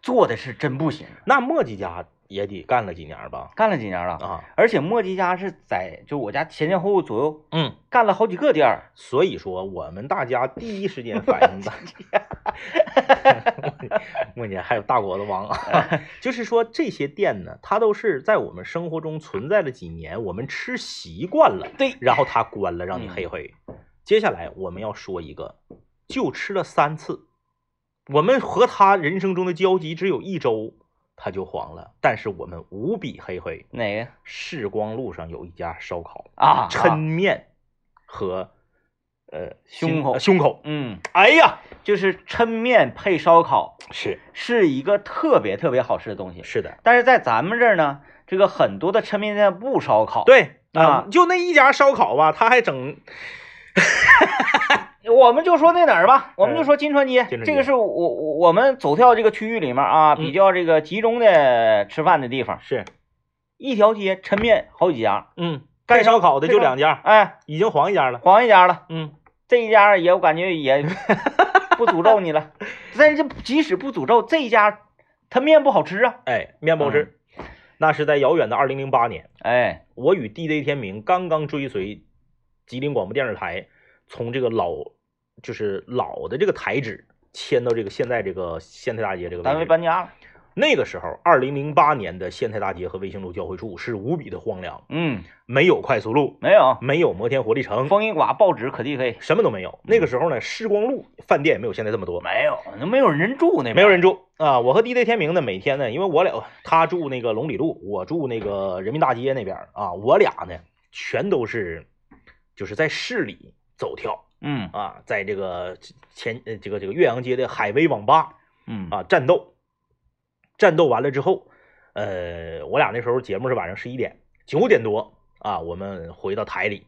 [SPEAKER 1] 做的是真不行，
[SPEAKER 2] 那墨迹家也得干了几年吧？
[SPEAKER 1] 干了几年了。
[SPEAKER 2] 啊，
[SPEAKER 1] 而且墨迹家是在就我家前前后后左右
[SPEAKER 2] 嗯。
[SPEAKER 1] 干了好几个店儿，
[SPEAKER 2] 所以说，我们大家第一时间反应的，梦姐还有大果子王啊，就是说这些店呢，它都是在我们生活中存在了几年，我们吃习惯了，
[SPEAKER 1] 对
[SPEAKER 2] 然后它关了，让你
[SPEAKER 1] 嗯
[SPEAKER 2] 黑黑。接下来我们要说一个，就吃了三次，我们和他人生中的交集只有一周，他就黄了，但是我们无比黑黑。
[SPEAKER 1] 哪个
[SPEAKER 2] 世光路上有一家烧烤，
[SPEAKER 1] 啊？
[SPEAKER 2] 抻
[SPEAKER 1] 啊
[SPEAKER 2] 面和呃
[SPEAKER 1] 胸
[SPEAKER 2] 心
[SPEAKER 1] 口
[SPEAKER 2] 呃胸口。
[SPEAKER 1] 嗯，
[SPEAKER 2] 哎呀，
[SPEAKER 1] 就是抻面配烧烤
[SPEAKER 2] 是
[SPEAKER 1] 是一个特别特别好吃的东西，
[SPEAKER 2] 是的，
[SPEAKER 1] 但是在咱们这儿呢，这个很多的抻面店不烧烤。，
[SPEAKER 2] 对嗯
[SPEAKER 1] 啊
[SPEAKER 2] 就那一家烧烤吧，他还整
[SPEAKER 1] 我们就说那哪儿吧，我们就
[SPEAKER 2] 嗯
[SPEAKER 1] 说金川街，
[SPEAKER 2] 金川街嗯
[SPEAKER 1] 这个是我我我们走跳这个区域里面啊，比较这个集中的吃饭的地方。
[SPEAKER 2] 是
[SPEAKER 1] 一条街抻面好几家，
[SPEAKER 2] 嗯，干烧烤的就两家，
[SPEAKER 1] 哎，
[SPEAKER 2] 已经黄一家了。
[SPEAKER 1] 黄一家了，
[SPEAKER 2] 嗯，
[SPEAKER 1] 这一家也我感觉也不诅咒你 了。但是即使不诅咒这一家，他面不好吃啊。
[SPEAKER 2] 哎，面包师，
[SPEAKER 1] 嗯
[SPEAKER 2] 那是在遥远的二零零八年，
[SPEAKER 1] 哎，
[SPEAKER 2] 我与 DJ 天明刚刚追随吉林广播电视台，从这个老就是老的这个台址迁到这个现在这个县太大街这个位置
[SPEAKER 1] 单位搬家了，
[SPEAKER 2] 那个时候，二零零八年的县太大街和卫星路交汇处是无比的荒凉，
[SPEAKER 1] 嗯，
[SPEAKER 2] 没有快速路，
[SPEAKER 1] 没有，
[SPEAKER 2] 没有摩天活力城，
[SPEAKER 1] 风一刮，报纸可地黑，
[SPEAKER 2] 什么都没有。那个时候呢，时光路饭店也没有现在这么多，
[SPEAKER 1] 没有，那没有人住那边，
[SPEAKER 2] 没有人住啊。我和 DJ 天明呢，每天呢，因为我俩他住那个龙里路，我住那个人民大街那边啊，我俩呢全都是就是在市里走跳
[SPEAKER 1] 嗯
[SPEAKER 2] 啊，在这个前呃这个这个岳阳街的海威网吧
[SPEAKER 1] 嗯
[SPEAKER 2] 啊战斗，战斗完了之后，呃，我俩那时候节目是晚上十一点，九点多啊，我们回到台里，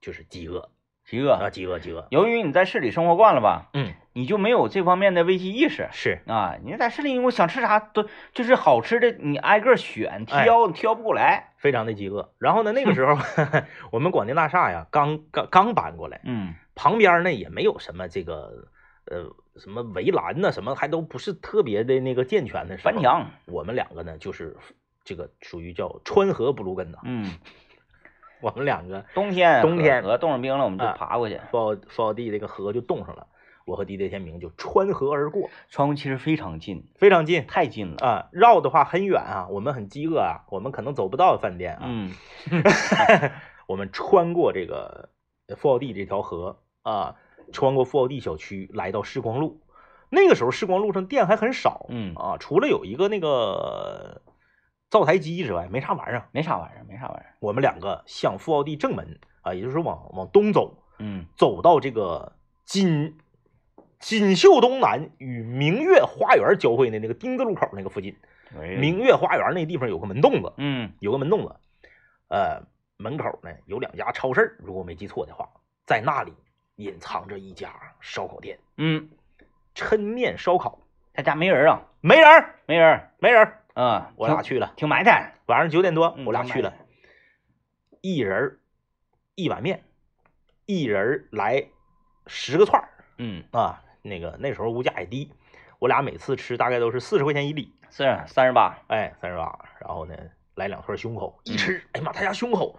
[SPEAKER 2] 就是饥饿
[SPEAKER 1] 极
[SPEAKER 2] 啊，
[SPEAKER 1] 饿。
[SPEAKER 2] 饥饿，饥饿，
[SPEAKER 1] 由于你在市里生活惯了吧，
[SPEAKER 2] 嗯，
[SPEAKER 1] 你就没有这方面的危机意识
[SPEAKER 2] 是
[SPEAKER 1] 啊。你在市里，我想吃啥都就是好吃的，你挨个选
[SPEAKER 2] 哎
[SPEAKER 1] 挑，挑不过来。
[SPEAKER 2] 非常的饥饿。然后呢，那 个时候我们广电大厦呀，刚刚刚搬过来，
[SPEAKER 1] 嗯
[SPEAKER 2] 旁边呢也没有什么这个呃什么围栏呐、什么还都不是特别的那个健全的时候
[SPEAKER 1] 翻墙，
[SPEAKER 2] 我们两个呢就是这个属于叫川河不露根呐，
[SPEAKER 1] 嗯，
[SPEAKER 2] 我们两个。
[SPEAKER 1] 冬天
[SPEAKER 2] 冬天
[SPEAKER 1] 和冻上冰了，我们就
[SPEAKER 2] 啊
[SPEAKER 1] 爬过去。
[SPEAKER 2] fall fall 地这个河就冻上了，我和 DJ 天明就穿河而过，
[SPEAKER 1] 窗户其实非常近，
[SPEAKER 2] 非常近
[SPEAKER 1] 太近了。
[SPEAKER 2] 啊、绕的话很远啊，我们很饥饿啊，我们可能走不到饭店啊，
[SPEAKER 1] 嗯，
[SPEAKER 2] 我们穿过这呃个富奥地这条河啊，穿过富奥地小区，来到时光路。那个时候世光路上店还很少，
[SPEAKER 1] 嗯，
[SPEAKER 2] 啊，除了有一个那个灶台鸡之外，没啥玩意儿。
[SPEAKER 1] 没啥玩意儿，没啥玩意儿，
[SPEAKER 2] 我们两个向富奥地正门啊，也就是往往东走，
[SPEAKER 1] 嗯
[SPEAKER 2] 走到这个锦锦绣东南与明月花园交汇的那个丁字路口那个附近，
[SPEAKER 1] 哎
[SPEAKER 2] 明月花园那地方有个门洞子，
[SPEAKER 1] 嗯
[SPEAKER 2] 有个门洞子，呃，门口呢有两家超市儿，如果我没记错的话，在那里隐藏着一家烧烤店，
[SPEAKER 1] 嗯，
[SPEAKER 2] 抻面烧烤，
[SPEAKER 1] 他家没人啊，
[SPEAKER 2] 没人儿，
[SPEAKER 1] 没人儿，
[SPEAKER 2] 没人儿，
[SPEAKER 1] 嗯，
[SPEAKER 2] 我俩去了，
[SPEAKER 1] 挺埋汰，
[SPEAKER 2] 晚上九点多
[SPEAKER 1] 嗯
[SPEAKER 2] 我俩去了，，一人儿一碗面，一人儿来十个串儿。
[SPEAKER 1] 嗯，
[SPEAKER 2] 啊，那个那时候物价也低，我俩每次吃大概都是四十块钱一粒，
[SPEAKER 1] 是啊三十八，
[SPEAKER 2] 哎，三十八，然后呢来两串胸口，
[SPEAKER 1] 嗯
[SPEAKER 2] 一吃，哎呀妈，他家胸口，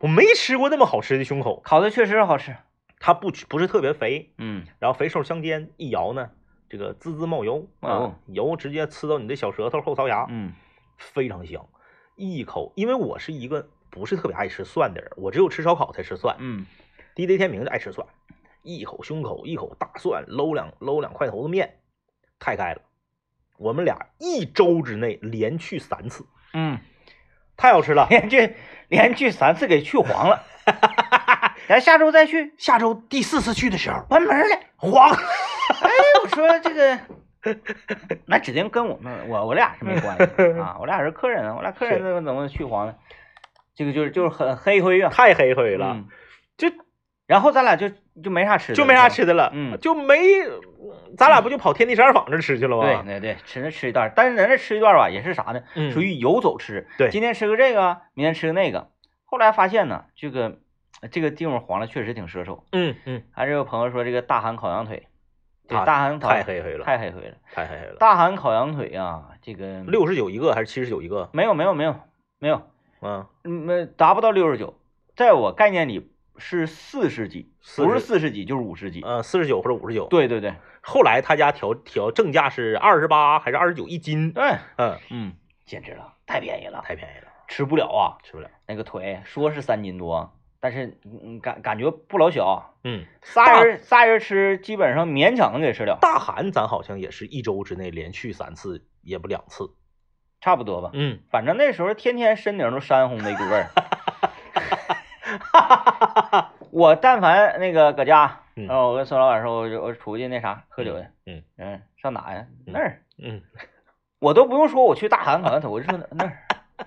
[SPEAKER 2] 我没吃过那么好吃的胸口，
[SPEAKER 1] 烤的确实好吃，
[SPEAKER 2] 它不不是特别肥，
[SPEAKER 1] 嗯，
[SPEAKER 2] 然后肥瘦相间，一摇呢，这个滋滋冒油
[SPEAKER 1] 哦
[SPEAKER 2] 啊，油直接呲到你的小舌头后槽牙，
[SPEAKER 1] 嗯
[SPEAKER 2] 非常香，一口，因为我是一个不是特别爱吃蒜的人，我只有吃烧烤才吃蒜，
[SPEAKER 1] 嗯，
[SPEAKER 2] 地雷天明就爱吃蒜，一口胸口，一口大蒜，搂两搂两块头子面，太开了。我们俩一周之内连去三次，
[SPEAKER 1] 嗯，
[SPEAKER 2] 太好吃 了。
[SPEAKER 1] 连去连去三次给去黄 了，咱下周再去，
[SPEAKER 2] 下周第四次去的时候，
[SPEAKER 1] 关门了。
[SPEAKER 2] 黄，
[SPEAKER 1] 哎，我说这 个，那指定跟我们我我俩是没关系的啊，我俩是客人啊，我俩客人
[SPEAKER 2] 是
[SPEAKER 1] 怎么怎么去黄呢？这个就是就是很黑灰呀，
[SPEAKER 2] 太黑黑了，
[SPEAKER 1] 嗯
[SPEAKER 2] 就
[SPEAKER 1] 然后咱俩就就没啥吃的，
[SPEAKER 2] 就没啥吃的了，
[SPEAKER 1] 嗯
[SPEAKER 2] 就没，咱俩不就跑天地十二坊这吃去了
[SPEAKER 1] 对
[SPEAKER 2] 吗？
[SPEAKER 1] 对对，吃那吃一段，但是人这吃一段吧，也是啥呢？
[SPEAKER 2] 啊嗯
[SPEAKER 1] 属于游走吃。
[SPEAKER 2] 对
[SPEAKER 1] 今天吃个这个，明天吃个那个。后来发现呢，这个这个地方黄了确实挺奢侈。
[SPEAKER 2] 嗯嗯，
[SPEAKER 1] 还是有朋友说这个大韩烤羊腿，对，
[SPEAKER 2] 啊
[SPEAKER 1] 大韩烤
[SPEAKER 2] 太黑黑了，
[SPEAKER 1] 太黑灰了。
[SPEAKER 2] 太黑黑了。
[SPEAKER 1] 大韩烤羊腿啊，这个
[SPEAKER 2] 六十九一个还是七十九一个？
[SPEAKER 1] 没有没有没有没有，
[SPEAKER 2] 嗯，
[SPEAKER 1] 嗯，没达不到六十九，在我概念里是四十几，啊
[SPEAKER 2] 40
[SPEAKER 1] 不是四十几就是五十几。
[SPEAKER 2] 呃，四十九或者五十九。
[SPEAKER 1] 对对对
[SPEAKER 2] 后来他家调调正价是二十八还是二十九一斤？
[SPEAKER 1] 对，
[SPEAKER 2] 嗯，
[SPEAKER 1] 嗯，简直了，太便宜了，
[SPEAKER 2] 太便宜了，
[SPEAKER 1] 吃不了啊。
[SPEAKER 2] 吃不了。
[SPEAKER 1] 那个腿说是三斤多，但是嗯感感觉不老小，
[SPEAKER 2] 嗯，
[SPEAKER 1] 仨人仨人吃基本上勉强能给吃了，
[SPEAKER 2] 大韩咱好像也是一周之内连续三次，也不两次。
[SPEAKER 1] 差不多吧。
[SPEAKER 2] 嗯，
[SPEAKER 1] 反正那时候天天身顶都山红的一股 味儿。我但凡那个搁家，
[SPEAKER 2] 嗯
[SPEAKER 1] 然后我跟孙老板说，我就我出去那啥喝酒去，
[SPEAKER 2] 嗯
[SPEAKER 1] 嗯，上哪呀？
[SPEAKER 2] 嗯
[SPEAKER 1] 那儿，
[SPEAKER 2] 嗯，
[SPEAKER 1] 我都不用说我去大韩烤羊腿，我就说那儿，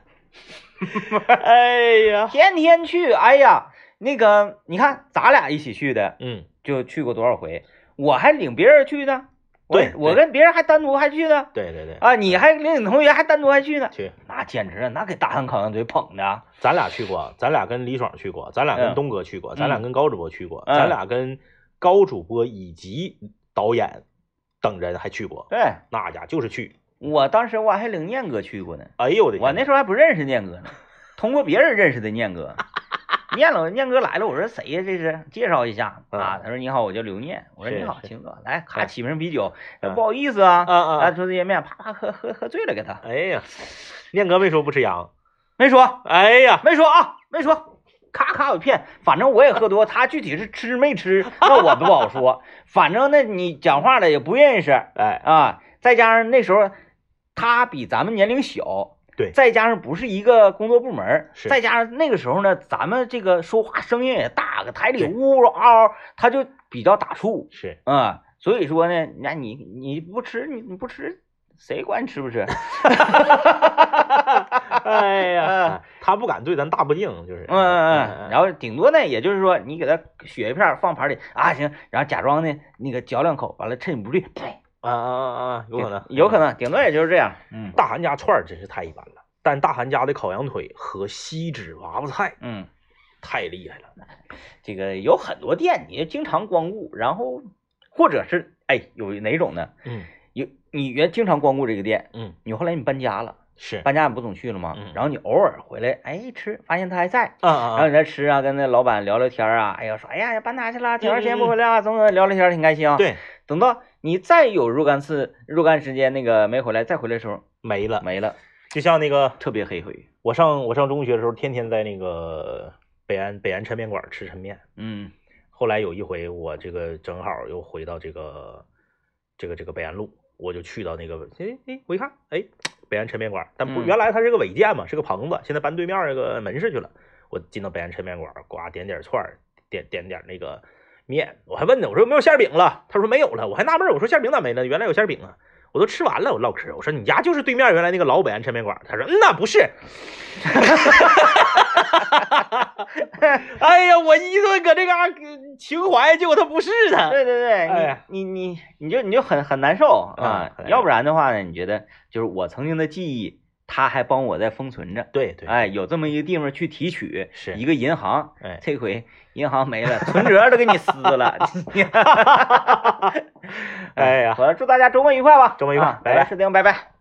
[SPEAKER 2] 哎呀，
[SPEAKER 1] 天天去。哎呀，那个你看咱俩一起去的，
[SPEAKER 2] 嗯，
[SPEAKER 1] 就去过多少回，我还领别人去呢，我
[SPEAKER 2] 对
[SPEAKER 1] 我
[SPEAKER 2] 对
[SPEAKER 1] 跟别人还单独还去呢，
[SPEAKER 2] 对对对，
[SPEAKER 1] 啊，你还领你同学还单独还去呢，
[SPEAKER 2] 去，
[SPEAKER 1] 那简直了，啊那给大汉烤羊腿捧的，啊
[SPEAKER 2] 咱俩去过，咱俩跟李爽去过，咱俩
[SPEAKER 1] 嗯
[SPEAKER 2] 跟东哥去过，咱俩
[SPEAKER 1] 嗯
[SPEAKER 2] 跟高主播去过，
[SPEAKER 1] 嗯
[SPEAKER 2] 咱俩跟高主播以及导演等人还去过，
[SPEAKER 1] 对
[SPEAKER 2] 那家就是去。
[SPEAKER 1] 我当时我还领念哥去过呢，
[SPEAKER 2] 哎呦我的天，
[SPEAKER 1] 我那时候还不认识念哥呢，通过别人认识的念 哥。念了，念哥来了，我说谁呀？这是介绍一下啊。
[SPEAKER 2] 嗯
[SPEAKER 1] 他说你好，我叫刘念。我说
[SPEAKER 2] 是
[SPEAKER 1] 你好，
[SPEAKER 2] 是
[SPEAKER 1] 秦哥，来，咔
[SPEAKER 2] 嗯
[SPEAKER 1] 起瓶啤酒。
[SPEAKER 2] 嗯
[SPEAKER 1] 不好意思啊，
[SPEAKER 2] 啊啊
[SPEAKER 1] 啊，
[SPEAKER 2] 啊，
[SPEAKER 1] 初次见面，啪啪喝喝喝醉了，给他
[SPEAKER 2] 哎呀，念哥没说不吃羊，
[SPEAKER 1] 没说，
[SPEAKER 2] 哎呀，
[SPEAKER 1] 没说啊，没说，咔咔有骗，反正我也喝多，他具体是吃没吃，那我不好说。反正那你讲话了也不认识
[SPEAKER 2] 哎，
[SPEAKER 1] 啊，再加上那时候他比咱们年龄小，
[SPEAKER 2] 对
[SPEAKER 1] 再加上不是一个工作部门儿，
[SPEAKER 2] 是
[SPEAKER 1] 再加上那个时候呢，咱们这个说话声音也大，搁台里呜呜嗷嗷，他就比较打怵
[SPEAKER 2] 是，
[SPEAKER 1] 啊、所以说呢，那你你不吃你你不吃，谁管你吃不吃？
[SPEAKER 2] 哎呀，他不敢对咱大不敬，就是，
[SPEAKER 1] 嗯嗯嗯，然
[SPEAKER 2] 后
[SPEAKER 1] 后顶多呢，也就是说你给他雪一片儿放盘里啊，行，然后假装呢那个嚼两口，完了趁你不注意，呸，
[SPEAKER 2] 啊啊啊啊，有可能，
[SPEAKER 1] 有可能，顶多也就是这样。嗯
[SPEAKER 2] 大韩家串儿真是太一般了，但大韩家的烤羊腿和锡纸娃娃菜
[SPEAKER 1] 嗯，
[SPEAKER 2] 太厉害了。
[SPEAKER 1] 这个有很多店你就经常光顾，然后或者是哎有哪种呢？
[SPEAKER 2] 嗯
[SPEAKER 1] 有你原经常光顾这个店，
[SPEAKER 2] 嗯，
[SPEAKER 1] 你后来你搬家了，
[SPEAKER 2] 是，
[SPEAKER 1] 搬家你不总去了吗？
[SPEAKER 2] 嗯
[SPEAKER 1] 然后你偶尔回来，哎吃发现他还在，
[SPEAKER 2] 啊
[SPEAKER 1] 然后
[SPEAKER 2] 啊
[SPEAKER 1] 你再吃啊，跟那老板聊聊天儿啊，哎呀说哎呀搬哪去了，挺长时间不回来啊，怎么怎么聊聊天儿挺开心啊。
[SPEAKER 2] 啊，。对，
[SPEAKER 1] 等到你再有若干次、若干时间那个没回来，再回来的时候
[SPEAKER 2] 没了。
[SPEAKER 1] 没了，
[SPEAKER 2] 就像那个
[SPEAKER 1] 特别黑灰。
[SPEAKER 2] 我上我上中学的时候，天天在那个北安北安抻面馆吃抻面。
[SPEAKER 1] 嗯
[SPEAKER 2] 后来有一回，我这个正好又回到这个这个这个北安路，我就去到那个，哎哎，我一看，哎，北安抻面馆，但不，
[SPEAKER 1] 嗯
[SPEAKER 2] 原来它是个违建嘛，是个棚子，现在搬对面这个门市去了。我进到北安抻面馆，呱点点串儿，点点点那个面，我还问呢，我说有没有馅儿饼了？他说没有了，我还纳闷儿，我说馅儿饼咋没了？原来有馅儿饼啊。我都吃完了，我唠嗑，我说你家就是对面原来那个老北安抻面馆，他说嗯那不是， 哎呀，我一顿搁这嘎、嗯情怀，结果他不是他，
[SPEAKER 1] 对对
[SPEAKER 2] 哎呀
[SPEAKER 1] 对，你你你你就你就很很难受啊
[SPEAKER 2] 嗯，很难受
[SPEAKER 1] 要不然的话呢，你觉得就是我曾经的记忆，它还帮我在封存着，
[SPEAKER 2] 对对，
[SPEAKER 1] 哎，有这么一个地方去提取，
[SPEAKER 2] 是
[SPEAKER 1] 一个银行，
[SPEAKER 2] 哎，
[SPEAKER 1] 这回银行没了，存折都给你撕 了，
[SPEAKER 2] 哎呀，
[SPEAKER 1] 我祝大家周末愉快吧，
[SPEAKER 2] 哎周末愉快
[SPEAKER 1] 啊
[SPEAKER 2] 拜
[SPEAKER 1] 拜
[SPEAKER 2] 拜
[SPEAKER 1] 视听，拜拜。